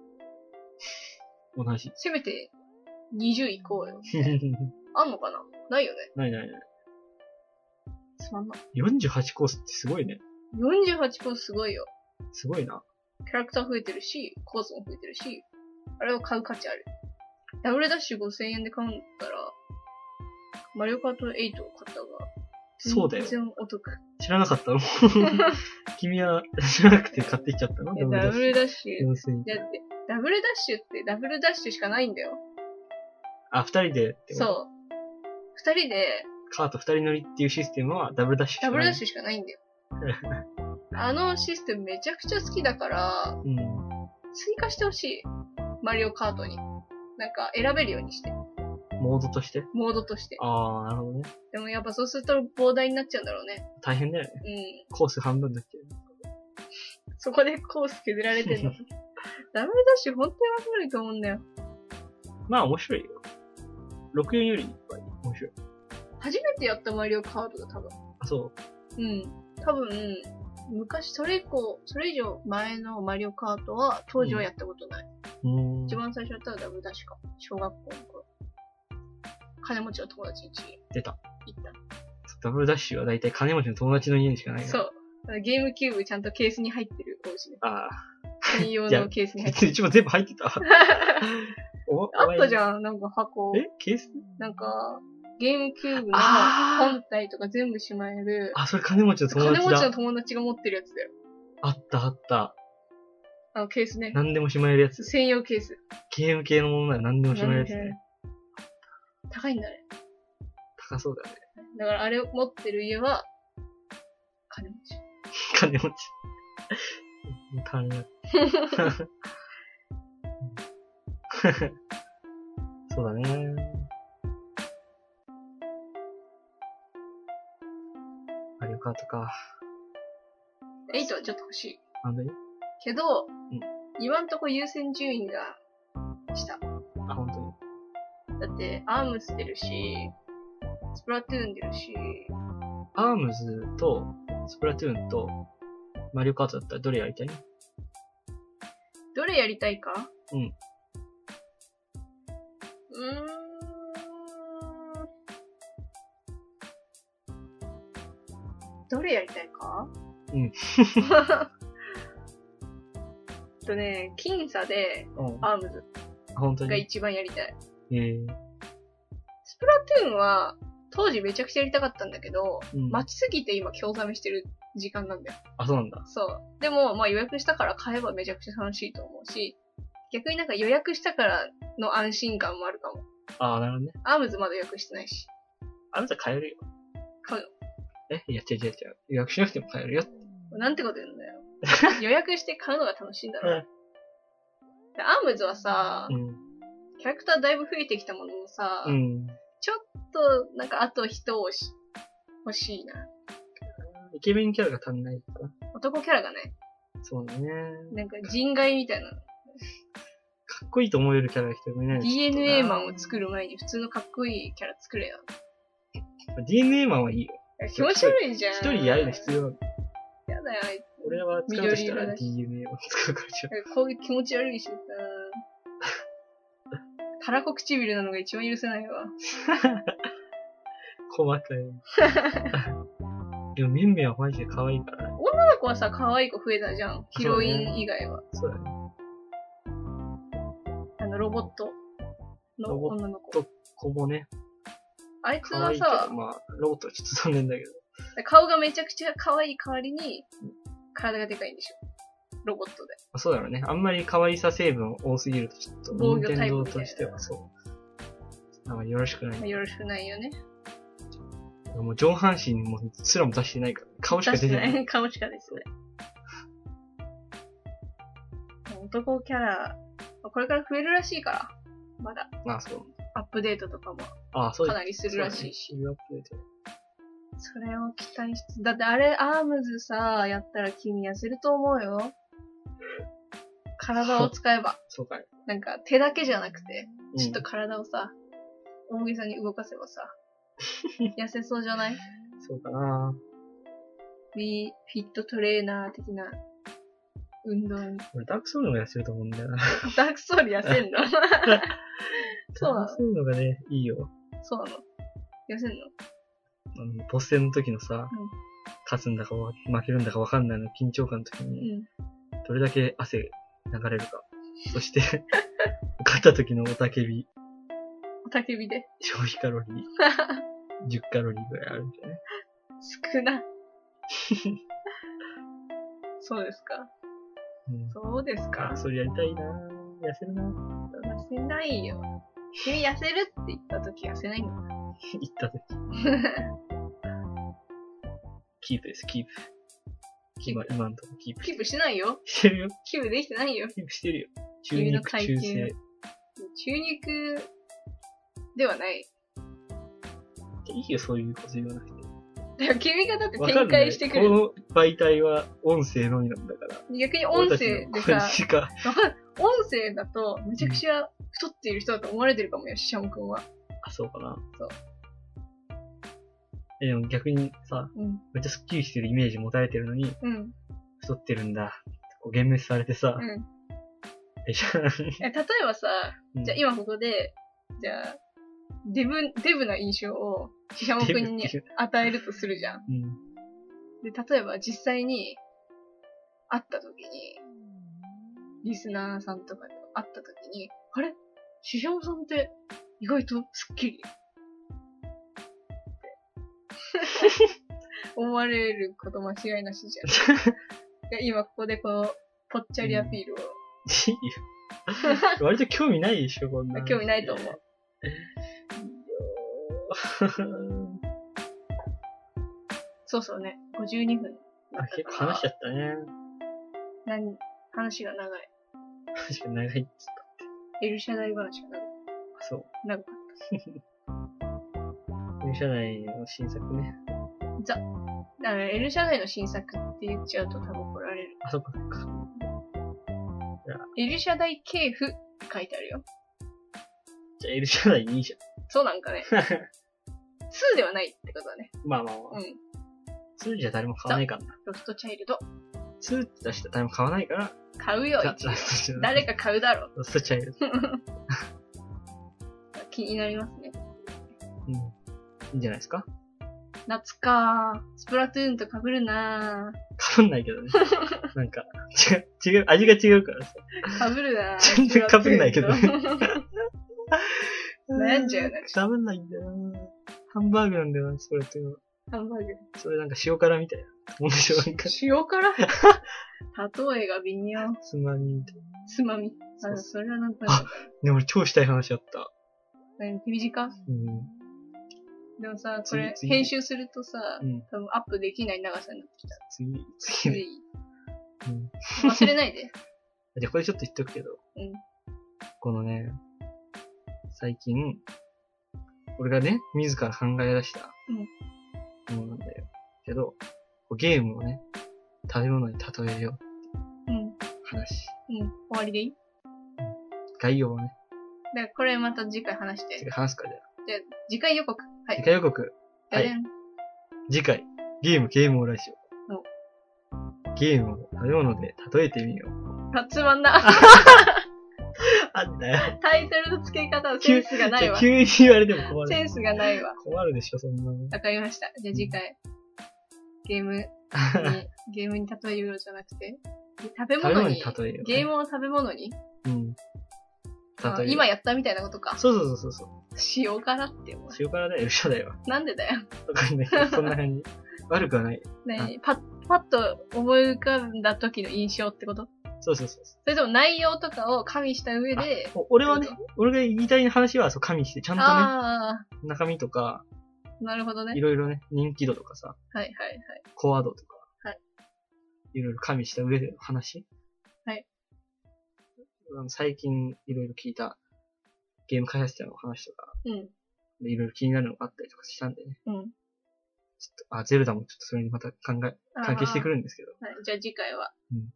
Speaker 1: 同 じ。
Speaker 2: せめて20いこ うよ。あんのかなないよね。
Speaker 1: ないないない。
Speaker 2: つまんない。
Speaker 1: 48コースってすごいね。
Speaker 2: 48コースすごいよ。
Speaker 1: すごいな。
Speaker 2: キャラクター増えてるし、コースも増えてるし、あれを買う価値ある。ダブルダッシュ5000円で買うんだったら、マリオカート8を買った方が、
Speaker 1: そうだよ。
Speaker 2: 全然お得。
Speaker 1: 知らなかった の君は知らなくて買ってきちゃったの
Speaker 2: いやダブル
Speaker 1: ダッ
Speaker 2: ダッシ
Speaker 1: シ
Speaker 2: ュ。
Speaker 1: ュ。4000
Speaker 2: だって、ダブルダッシュってダブルダッシュしかないんだよ。
Speaker 1: あ、二人でってこと
Speaker 2: そう。二人で、
Speaker 1: カート二人乗りっていうシステムはダブルダッシュしか
Speaker 2: ダブ
Speaker 1: な
Speaker 2: ル
Speaker 1: い
Speaker 2: ダッシュしかないんだよ。あのシステムめちゃくちゃ好きだから、
Speaker 1: うん。
Speaker 2: 追加してほしい。マリオカートに。なんか選べるようにして。
Speaker 1: モードとして。
Speaker 2: モードとして。
Speaker 1: あー、なるほどね。
Speaker 2: でもやっぱそうすると膨大になっちゃうんだろうね。
Speaker 1: 大変だよね。
Speaker 2: うん。
Speaker 1: コース半分だっけ
Speaker 2: そこでコース削られてんの。ダメだし、本当に面白いと思うんだよ。
Speaker 1: まあ面白いよ。64よりいっぱい面白い。
Speaker 2: 初めてやったマリオカードだ、多分。
Speaker 1: あ、そう。
Speaker 2: うん。多分、昔、それ以降、それ以上前のマリオカートは、当時はやったことない。
Speaker 1: うーん
Speaker 2: 一。番最初やったのはダブルダッシュか。小学校の頃。金持ちの友達ん家に
Speaker 1: 出た。
Speaker 2: 行っ
Speaker 1: ダブルダッシュは大体金持ちの友達の家にしかない
Speaker 2: た。
Speaker 1: から。
Speaker 2: そう。あのゲームキューブちゃんとケースに入ってるお家 ね。
Speaker 1: あ
Speaker 2: 専用のケースに
Speaker 1: あ。
Speaker 2: 入っ
Speaker 1: 別
Speaker 2: て
Speaker 1: に一番全部入 ってた。お
Speaker 2: る。あったじ
Speaker 1: ん。
Speaker 2: ゃん、なんか箱。
Speaker 1: えケース
Speaker 2: なんか、ゲームキューブの
Speaker 1: あー
Speaker 2: 本体とか全部しまえる。
Speaker 1: あ、それ金持ちの友
Speaker 2: 金
Speaker 1: 達
Speaker 2: 持ちの
Speaker 1: だ。
Speaker 2: 友達が持ってるやつだよ。
Speaker 1: あったあった。
Speaker 2: あのケースね。
Speaker 1: 何でもしまえるやつ。
Speaker 2: 専用ケース。
Speaker 1: ゲーム系のものなら何でもしまえるやつ
Speaker 2: なん
Speaker 1: ね
Speaker 2: で。高いんだね。
Speaker 1: 高そうだよね。
Speaker 2: だからあれを持ってる家は、金持ち。
Speaker 1: 金持ち。金持ち。 そうだね。マリオカートか。
Speaker 2: 8はちょっと欲しい。
Speaker 1: なんで
Speaker 2: けど、
Speaker 1: うん
Speaker 2: 今んとこ優先順位が、した。
Speaker 1: あ、本当に。
Speaker 2: だって、アームス出るし、スプラトゥーン出るし、
Speaker 1: アームズと、スプラトゥーンと、マリオカートだったらどれやりたい
Speaker 2: どれやりたいか
Speaker 1: うん
Speaker 2: うーん。どれやりたいか
Speaker 1: うん。
Speaker 2: えっ とね、僅差で
Speaker 1: うん。あ、
Speaker 2: アームズ
Speaker 1: 本当
Speaker 2: が
Speaker 1: に
Speaker 2: 一番やりたい。
Speaker 1: えー、
Speaker 2: スプラトゥーンは当時めちゃくちゃやりたかったんだけど、
Speaker 1: うん
Speaker 2: 待ちすぎて今興ざめしてる時間なんだよ
Speaker 1: あ、そうなんだ。
Speaker 2: そう。でも、まあ予約したから買えばめちゃくちゃ楽しいと思うし、逆になんか予約したからの安心感もあるかも。
Speaker 1: あー、なるほどね。
Speaker 2: アームズまだ予約してないし。
Speaker 1: あなた買えるよ。
Speaker 2: 買うよ
Speaker 1: えいや、違う違う違う。予約しなくても買えるよ。
Speaker 2: なんてこと言うんだよ。 予約して買うのが楽しいんだろう。でアームズはさ
Speaker 1: う、ん。
Speaker 2: キャラクターだいぶ増えてきたもののさ、
Speaker 1: うん。
Speaker 2: ちょっと、なんかあと人をし欲しいな。
Speaker 1: イケメンキャラが足んないかな。
Speaker 2: 男キャラがね、
Speaker 1: そうだね。
Speaker 2: なんか人外みたいな。
Speaker 1: かっこいいと思えるキャラが一人もいないのちょっとな
Speaker 2: DNA マンを作る前に普通のかっこいいキャラ作れよ。
Speaker 1: DNA マンはいいよ。
Speaker 2: 気持ち悪いじゃん。
Speaker 1: 一人やるの必要なの。
Speaker 2: やだよ、あいつ。
Speaker 1: 俺は使うとした
Speaker 2: 緑色
Speaker 1: ら
Speaker 2: だし
Speaker 1: DNA マン使うからじゃ
Speaker 2: こういう気持ち悪いしさ。 たらこ唇なのが一番許せないわ。
Speaker 1: 細かい。 でも、メンメはマジで可愛いからね。
Speaker 2: 女の子はさ、可愛い子増えたじゃん。ヒロイン以外は。
Speaker 1: そうだね。
Speaker 2: あの、ロボットの
Speaker 1: ロボッ
Speaker 2: 女の子
Speaker 1: ト。こぼね。
Speaker 2: あいつ
Speaker 1: 可愛
Speaker 2: はい
Speaker 1: けど、
Speaker 2: さ、
Speaker 1: まあ、ロボットはちょっと残念だけど。
Speaker 2: 顔がめちゃくちゃ可愛い代わりに、体がでかいんでしょ。ロボットで。
Speaker 1: まあそうだろうね。あんまり可愛さ成分多すぎると、ちょっと、
Speaker 2: 防
Speaker 1: 任
Speaker 2: 御タイ
Speaker 1: 天
Speaker 2: プ
Speaker 1: 堂と
Speaker 2: みたいな
Speaker 1: してはそう。あんまりよろしくない
Speaker 2: まあ、。よろしくないよね。
Speaker 1: もう上半身もすらも出してないから、顔しか
Speaker 2: 確
Speaker 1: 出てない。
Speaker 2: い。 顔しかですね。男キャラ、まあこれから増えるらしいから、まだ。
Speaker 1: まあそう。
Speaker 2: アップデートとかも
Speaker 1: ああ、そう
Speaker 2: かなりするらしいし。
Speaker 1: そうだねシールアップデート
Speaker 2: それを期待して、だってあれ、アームズさ、やったら君痩せると思うよ。体を使えば。
Speaker 1: そうかね。
Speaker 2: なんか手だけじゃなくて、
Speaker 1: うん
Speaker 2: ちょっと体をさ、大げさに動かせ ばさ、痩せそうじゃない
Speaker 1: そうかな。
Speaker 2: ビーフィットトレーナー的な運動に。
Speaker 1: 俺、ダークソウルの方が痩せると思うんだよな。
Speaker 2: ダークソウル痩せ んのそうな
Speaker 1: ダー
Speaker 2: の
Speaker 1: クソウルの方がね、いいよ。
Speaker 2: そうなの痩せんの
Speaker 1: あの、ボス戦の時のさ、
Speaker 2: うん
Speaker 1: 勝つんだかわ負けるんだかわかんないの緊張感の時
Speaker 2: う
Speaker 1: に、
Speaker 2: ん。
Speaker 1: どれだけ汗流れるか。そして、 勝った時の雄たけび、
Speaker 2: おたけびで。
Speaker 1: 消費カロリ ー、10カロリーぐらいあるんじゃない
Speaker 2: 少な。そうですか。
Speaker 1: うん。
Speaker 2: そうです
Speaker 1: あ
Speaker 2: か
Speaker 1: ー、。それやりたいな痩せるな
Speaker 2: 痩せないよ。君痩せるって言った時痩せないんだ。
Speaker 1: 言った 時。キープです、キープ。
Speaker 2: キー
Speaker 1: 今
Speaker 2: プ、
Speaker 1: 今のとこキープ。
Speaker 2: キープしないよ。
Speaker 1: してるよ。
Speaker 2: キープできてないよ。
Speaker 1: キープしてるよ。中
Speaker 2: 君の
Speaker 1: 肉
Speaker 2: 階
Speaker 1: 中
Speaker 2: 級
Speaker 1: 性。
Speaker 2: 中肉ではない。
Speaker 1: いいよ、そういうこと言わなくて。
Speaker 2: だから君がだって
Speaker 1: わか
Speaker 2: 展開してくる。
Speaker 1: んないこの媒体は音声のみなんだから。
Speaker 2: 逆に音声で
Speaker 1: 俺たちの
Speaker 2: さ
Speaker 1: 声、しか。
Speaker 2: わかる音声だとめちゃくちゃ太っている人だと思われてるかもよ、シャム君は。
Speaker 1: あ、そうかな。
Speaker 2: そう。
Speaker 1: え、でも逆にさ、
Speaker 2: うん。
Speaker 1: めっちゃスッキリしてるイメージ持たれてるのに、
Speaker 2: うん。
Speaker 1: 太ってるんだ。こう、幻滅されてさ
Speaker 2: う、ん。
Speaker 1: え、じゃあ、
Speaker 2: え例えばさ、じゃあ
Speaker 1: うん
Speaker 2: 今ここで、じゃあ、デブ、デブな印象を、シャモ君に
Speaker 1: デブって
Speaker 2: 与えるとするじゃん。
Speaker 1: うん。
Speaker 2: で、例えば実際に会った時に、リスナーさんとかと会った時に、あれシシャモさんって意外とスッキリって 思われること間違いなし じゃん。で今ここでこのぽっちゃりアピールを、
Speaker 1: いいよ割と興味ないでしょ、こんな。
Speaker 2: 興味ないと思う。
Speaker 1: あ、
Speaker 2: そうそうね、52分だったから。
Speaker 1: 結構話しちゃったね。
Speaker 2: 何話が長い。
Speaker 1: 確かに長いっつっ
Speaker 2: エルシャダイ話が長い
Speaker 1: た。そう。
Speaker 2: 長かっ
Speaker 1: 入社内の新作ね。
Speaker 2: た。だからエルシャダイの新作って言っちゃうと多分怒られる。
Speaker 1: あ、そっかそっか。
Speaker 2: エルシャダイ系譜って書いてあるよ。
Speaker 1: じゃあ、エル社内いいじゃ
Speaker 2: そうなんかね。2ではないってことだね。
Speaker 1: ん。まあまあま
Speaker 2: う
Speaker 1: あ。
Speaker 2: ん。
Speaker 1: 2じゃ誰も買わないからな。
Speaker 2: ロストチャイルド。
Speaker 1: 2って出したら誰も買わないから、
Speaker 2: 買うよ、
Speaker 1: じゃ
Speaker 2: 一応。
Speaker 1: あ
Speaker 2: 誰か買うだろう。
Speaker 1: ロストチャイルド。
Speaker 2: 気になりますね。
Speaker 1: うん。いいんじゃないですか
Speaker 2: 夏かスプラトゥーンと被るな
Speaker 1: かぶんないけど ね。なんか、違う、違う、味が違うからさ。
Speaker 2: 被るな
Speaker 1: 全然被んないけどね
Speaker 2: スプラトゥーンと悩んじゃうな
Speaker 1: かぶんないんだよな。ハンバーグなんだよな、それって。
Speaker 2: ハンバーグ。
Speaker 1: それなんか塩辛みたいな。もんでしょ、なんか。
Speaker 2: 塩辛例えが微妙。
Speaker 1: つまみみたいな。
Speaker 2: つまみ。
Speaker 1: そう
Speaker 2: あ、それはなんか、
Speaker 1: でも俺超したい話あった。
Speaker 2: 何手短
Speaker 1: うん。
Speaker 2: でもさ、こ
Speaker 1: 次
Speaker 2: れ、
Speaker 1: 次
Speaker 2: 編集するとさ
Speaker 1: う、ん。
Speaker 2: 多分アップできない長さになってきた。
Speaker 1: 次、次ね。
Speaker 2: 次
Speaker 1: うん。
Speaker 2: 忘れないで。
Speaker 1: じゃあこれちょっと言っとくけど。
Speaker 2: うん
Speaker 1: このね、最近、俺がね、自ら考え出したものなんだよ。けど、こうゲームをね、食べ物に例えよ
Speaker 2: うん。
Speaker 1: う話
Speaker 2: うん。終わりでいい
Speaker 1: 概要をね、
Speaker 2: だからこれまた次回話して。
Speaker 1: 次回話すかじゃあ。
Speaker 2: じゃあ次回予告。はい。
Speaker 1: 次回予告、
Speaker 2: じゃじゃん
Speaker 1: 次回、ゲーム、ゲームを来週
Speaker 2: お。
Speaker 1: ゲームを食べ物で例えてみよう。
Speaker 2: あつまんな。
Speaker 1: あんだ よ。
Speaker 2: タイトルの付け方のセンスがない わ。
Speaker 1: 急に言われても困
Speaker 2: セ
Speaker 1: る。
Speaker 2: ンスがないわ。
Speaker 1: 困るでしょ、そんな の。
Speaker 2: わかりました。じゃあ次回、ゲー ムに、ゲームに例えようじゃなくて、食べ
Speaker 1: 食べ
Speaker 2: 物
Speaker 1: 物に
Speaker 2: に、
Speaker 1: 例えよう。
Speaker 2: ゲームを食べ物に、
Speaker 1: うん。
Speaker 2: あ
Speaker 1: 例えよう
Speaker 2: 今やったみたいなことか。
Speaker 1: そうそうそうそう。
Speaker 2: 塩辛って思う。
Speaker 1: 塩辛だよ、嘘だよ。
Speaker 2: なんでだよ。
Speaker 1: わかんないけど、そんな 感じ。悪くはない。
Speaker 2: 何パッ、パッと思い浮かんだ時の印象ってこと
Speaker 1: そうそうそうそ
Speaker 2: それとも内容とかを加味した上で、
Speaker 1: う。お俺はね、俺が言いたい話は、そう、加味して、ちゃんとね、
Speaker 2: あ
Speaker 1: 中身とか、
Speaker 2: あ、なるほどね。
Speaker 1: いろいろね、人気度とかさ、
Speaker 2: はいはいはい。
Speaker 1: コア度とか、
Speaker 2: はい。
Speaker 1: いろいろ加味した上での話。
Speaker 2: はい
Speaker 1: あの。最近、いろいろ聞いた、ゲーム開発者の話とか、
Speaker 2: うん。
Speaker 1: いろいろ気になるのがあったりとかしたんでね。
Speaker 2: うん。
Speaker 1: ちょっと、あ、ゼルダもちょっとそれにまた考え、関係してく
Speaker 2: る。
Speaker 1: るんですけど。
Speaker 2: はい、じゃあ次回は、
Speaker 1: うん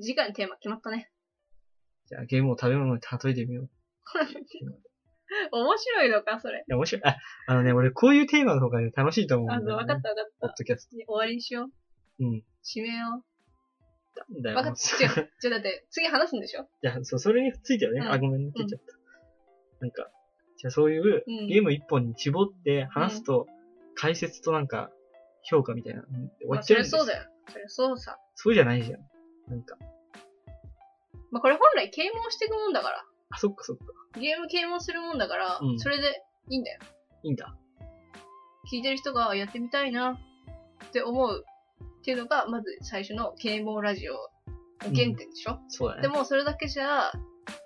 Speaker 2: 次回のテーマ決まったね。
Speaker 1: じゃあ、ゲームを食べ物に例えてみよう。
Speaker 2: 面白いのか、それ。
Speaker 1: いや、面白い。あ、あのね、俺、こういうテーマの方がね、楽しいと思うんだ
Speaker 2: あ
Speaker 1: よ、ね。
Speaker 2: の、わかったわかっ
Speaker 1: ポッ
Speaker 2: た。
Speaker 1: ドキャス
Speaker 2: 終わりにしよう。
Speaker 1: ト。うん。
Speaker 2: 締めよ
Speaker 1: なんだ
Speaker 2: う。
Speaker 1: よ。
Speaker 2: わかっ
Speaker 1: そ
Speaker 2: た。違う。じゃあだって、次話すんでしょ
Speaker 1: いや、そう、それについてはね、
Speaker 2: うん
Speaker 1: あ、ごめんね、出ちゃった。なんか、じゃあそういう
Speaker 2: うん
Speaker 1: ゲーム一本に絞って話すと、解説となんか、評価みたいな、終わ
Speaker 2: まあ、
Speaker 1: っち
Speaker 2: そ
Speaker 1: ゃうんで
Speaker 2: りゃ
Speaker 1: す
Speaker 2: そうだよ。そりゃそうさ。
Speaker 1: そうじゃないじゃん。なんか、
Speaker 2: まあ、これ本来啓蒙していくもんだから。
Speaker 1: あ、そっかそっか。
Speaker 2: ゲーム啓蒙するもんだから、
Speaker 1: うん
Speaker 2: それでいいんだよ。
Speaker 1: いいんだ。
Speaker 2: 聞いてる人がやってみたいなって思うっていうのが、まず最初の啓蒙ラジオの原点でしょ、
Speaker 1: そうだ
Speaker 2: で
Speaker 1: ね。
Speaker 2: も、それだけじゃ、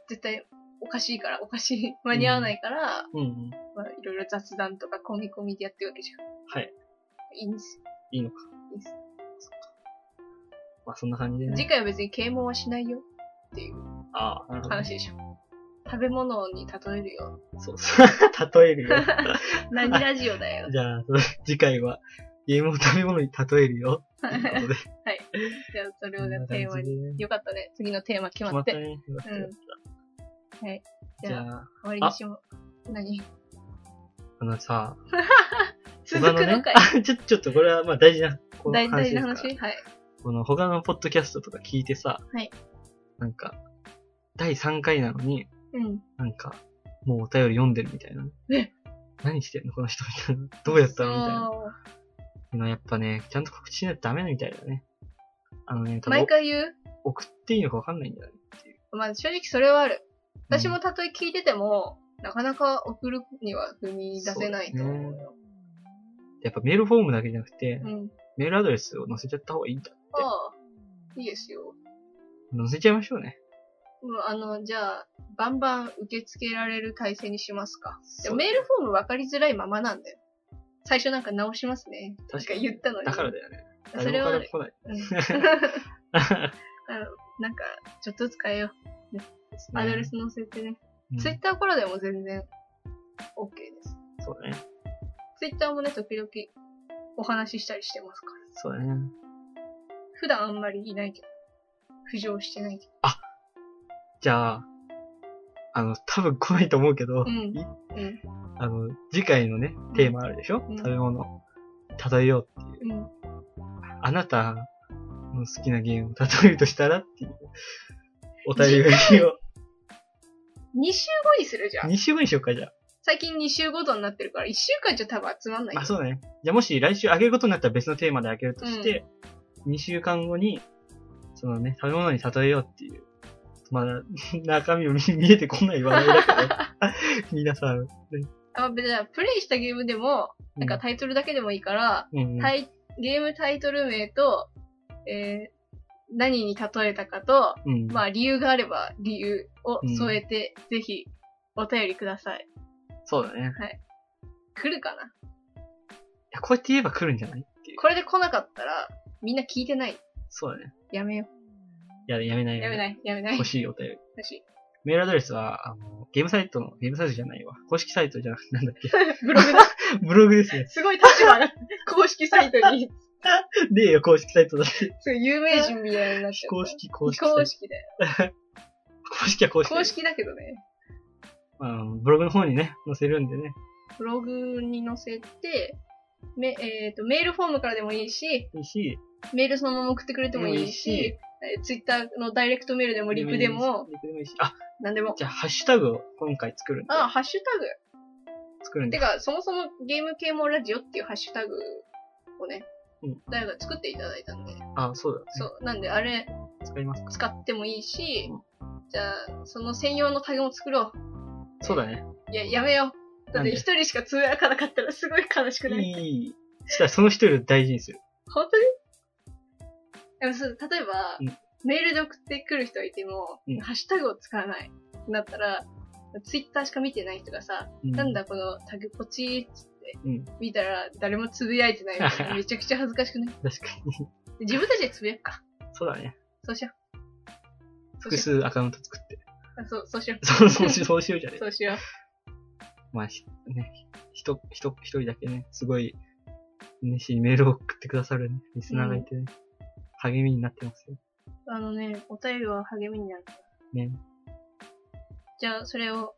Speaker 2: 絶対おかしいから、おかしい。間に合わないから、
Speaker 1: うんうん。
Speaker 2: まあ、いろいろ雑談とか込み込みでやってるわけじゃん。
Speaker 1: はい。
Speaker 2: いいんです。
Speaker 1: いいのか。
Speaker 2: いいです。
Speaker 1: まあそんな感じで
Speaker 2: 次
Speaker 1: ね。
Speaker 2: 回は別に啓蒙はしないよっていう
Speaker 1: ああ、なるほどね。
Speaker 2: 話でしょ。食べ物に例えるよ。
Speaker 1: そうそう。 例えるよ。
Speaker 2: 何ラジオだよ。
Speaker 1: じゃあ、次回は、ゲームを食べ物に例える よ。ということで。
Speaker 2: じゃあ、それを がテーマに。
Speaker 1: に。
Speaker 2: よかったね。次のテーマ決
Speaker 1: 決
Speaker 2: ま
Speaker 1: ま
Speaker 2: っ
Speaker 1: った
Speaker 2: て。
Speaker 1: ね。よかったよかった
Speaker 2: じ
Speaker 1: じ
Speaker 2: ゃ
Speaker 1: ゃ
Speaker 2: あ、
Speaker 1: あ、
Speaker 2: 終わりにしよう。何
Speaker 1: あのさ、
Speaker 2: 続くのかい、
Speaker 1: あ、ちょ、ちょっとこれは、まあ大事な、この
Speaker 2: 大
Speaker 1: 話で
Speaker 2: 大
Speaker 1: す
Speaker 2: 事な
Speaker 1: から
Speaker 2: 話はい。
Speaker 1: この他のポッドキャストとか聞いてさ、
Speaker 2: はい
Speaker 1: なんか、第3回なのに、
Speaker 2: うん。
Speaker 1: なんか、もうお便り読んでるみたいな。
Speaker 2: え
Speaker 1: 何してんのこの人みたいな。どうやったのみたいな
Speaker 2: あ
Speaker 1: いうの。やっぱね、ちゃんと告知しないとダメみたいだね。あのね、
Speaker 2: ー
Speaker 1: 多分
Speaker 2: 毎、回言う
Speaker 1: 送っていいのかわかんないんだよね。
Speaker 2: まあ正直それはある。私
Speaker 1: う
Speaker 2: も
Speaker 1: ん
Speaker 2: たとえ聞いてても、なかなか送るには踏み出せないと思うよ。
Speaker 1: やっぱメールフォームだけじゃなくて、
Speaker 2: うん。
Speaker 1: メールアドレスを載せちゃった方がいいんだって。
Speaker 2: ああ、いいですよ。
Speaker 1: 載せちゃいましょうね。
Speaker 2: うんあの、じゃあ、バンバン受け付けられる体制にしますか。
Speaker 1: そ
Speaker 2: で
Speaker 1: う
Speaker 2: もメールフォーム分かりづらいままなんだよ。最初なんか直しますね。
Speaker 1: 確
Speaker 2: 確
Speaker 1: か
Speaker 2: か
Speaker 1: に
Speaker 2: 言ったのに。
Speaker 1: だからだよね。
Speaker 2: それはあ
Speaker 1: 誰
Speaker 2: る
Speaker 1: も。から 来
Speaker 2: うん
Speaker 1: ない。
Speaker 2: あのなんか、ちょっとずつ変えよう。ねアドレス載せてね。
Speaker 1: うん
Speaker 2: ツイッターからでも全然 OK です。
Speaker 1: そうだね。
Speaker 2: ツイッターもね、時々お話ししたりしてますから。
Speaker 1: そうだね。
Speaker 2: 普段あんまりいないけど。浮上してないけど。
Speaker 1: じゃあ、あの、多分来ないと思うけど、
Speaker 2: うん
Speaker 1: い
Speaker 2: うん
Speaker 1: あの、次回のね、テーマあるでしょ、
Speaker 2: うん
Speaker 1: 食べ物。例えようっていう。
Speaker 2: うん。
Speaker 1: あなたの好きなゲームを例えるとしたらっていう、お便り を。
Speaker 2: 2週後にするじゃん。
Speaker 1: 2週後にしようか、じゃ
Speaker 2: 最近2週ごとになってるから、1週間じゃ多分集まんない
Speaker 1: あ。あ、そうだね。じゃあもし来週あげることになったら別のテーマであげるとして、2週間後に、そのね、食べ物に例えようっていう。まだ、中身を見 見えてこない話題だけど、 皆さん。
Speaker 2: あ、別に、プレイしたゲームでも、なんかタイトルだけでもいいから、
Speaker 1: うん、うんうん
Speaker 2: タイゲームタイトル名と、えー何に例えたかと、
Speaker 1: うん。
Speaker 2: まあ理由があれば理由を添えて、ぜひお便りください。
Speaker 1: そうだね。
Speaker 2: 来るかない
Speaker 1: や、こうやって言えば来るんじゃないっていう。
Speaker 2: これで来なかったら、みんな聞いてない。
Speaker 1: そうだね。
Speaker 2: やめよ
Speaker 1: いや、やめな
Speaker 2: う。
Speaker 1: い。
Speaker 2: やめないい。やめない。
Speaker 1: 欲しいお便り。
Speaker 2: 欲しい
Speaker 1: メールアドレスは、あの、ゲームサイトの、ゲームサイトじゃないわ。公式サイトじゃなくて、なんだっけ。
Speaker 2: ブログだ。
Speaker 1: ブログです ね。
Speaker 2: すごい立場が、公式サイトに、
Speaker 1: でよ、公式サイトだって。
Speaker 2: すごい有名人みたいになっち
Speaker 1: 非
Speaker 2: ゃう。
Speaker 1: 公式、公式サイト。
Speaker 2: 公式だよ。
Speaker 1: 公式は公式
Speaker 2: 公
Speaker 1: です。
Speaker 2: 式だけどね。
Speaker 1: うん、ブログの方にね、載せるんでね。
Speaker 2: ブログに載せて、めえっとメールフォームからでもいいし、
Speaker 1: いいし、
Speaker 2: メールそのまま送ってくれてもいい
Speaker 1: でもいい
Speaker 2: し
Speaker 1: し、
Speaker 2: えツイッターのダイレクトメールでもリプでも、
Speaker 1: リプでもいいし。あ、
Speaker 2: 何でも。
Speaker 1: じゃあ、ハッシュタグを今回作るんで。
Speaker 2: あ、ハッシュタグ。
Speaker 1: 作るん
Speaker 2: て
Speaker 1: で。
Speaker 2: か、そもそもゲーム系もラジオっていうハッシュタグをね、
Speaker 1: うん
Speaker 2: 誰か作っていただいたんで、
Speaker 1: あ、そうだ、ね。
Speaker 2: そう、なんであれ
Speaker 1: 使いますか。
Speaker 2: 使ってもいいし、じゃあ、その専用のタグも作ろ
Speaker 1: そうだね。
Speaker 2: う。いや、やめよう。
Speaker 1: な
Speaker 2: だっ
Speaker 1: ん
Speaker 2: て
Speaker 1: で
Speaker 2: 一人しかつぶやかなかったらすごい悲しくない
Speaker 1: いい。したらその一人を大事にする。
Speaker 2: 本当にでもそう例えば、
Speaker 1: うん
Speaker 2: メールで送ってくる人がいても、
Speaker 1: うん
Speaker 2: ハッシュタグを使わないってなったら、ツイッターしか見てない人がさ、
Speaker 1: う
Speaker 2: なんだこのタグポチーっつって、
Speaker 1: うん
Speaker 2: 見たら誰もつぶやいてない みたいなめちゃくちゃ恥ずかしくない
Speaker 1: 確かに。
Speaker 2: 自分たちでつぶやくか。
Speaker 1: そうだね。
Speaker 2: そうしよう。そう
Speaker 1: 複
Speaker 2: しよ
Speaker 1: 数アカウント作って。
Speaker 2: う。あそうそうしよう。
Speaker 1: そう、そう しそうしようじゃねえ。
Speaker 2: そうしよう。
Speaker 1: まあ、ひね、ひと、ひと、一人だけね、すごい、熱心にメールを送ってくださるね、リスナーがいてね、励みになってますよ。
Speaker 2: あのね、お便りは励みになるから。
Speaker 1: ね。
Speaker 2: じゃあ、それを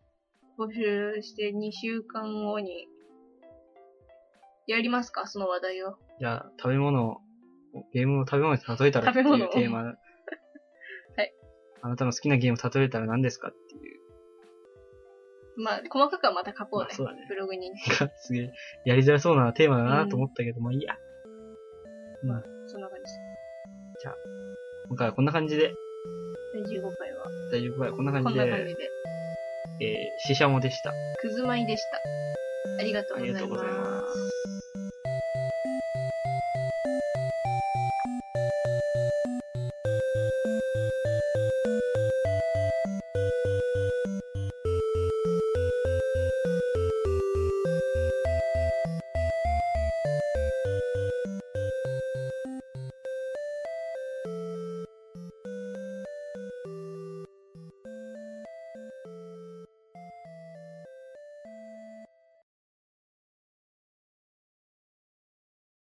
Speaker 2: 募集して2週間後に、やりますかその話題を。
Speaker 1: じゃあ、食べ物を、ゲームを食べ物に例えたらってい
Speaker 2: 食べ物を。
Speaker 1: うテーマ。はいあなたの好きなゲームを例えたら何ですかっていう。
Speaker 2: まあ、細かくはまた書こうね。
Speaker 1: まあそうだね
Speaker 2: ブログに。
Speaker 1: なんかすげえ、やりづらそうなテーマだなと思ったけど、まあいいや。
Speaker 2: そんな感じ
Speaker 1: 今回はこんな感じで、
Speaker 2: です。第15回は、
Speaker 1: 大丈夫かいこんな感
Speaker 2: こ
Speaker 1: じ
Speaker 2: んな感じ
Speaker 1: で、
Speaker 2: で、
Speaker 1: えー、ししゃもでした。
Speaker 2: くずまいでした。ありがとう
Speaker 1: あ
Speaker 2: ご
Speaker 1: りが
Speaker 2: ざ
Speaker 1: と
Speaker 2: いう
Speaker 1: ござい
Speaker 2: ます
Speaker 1: ま。す。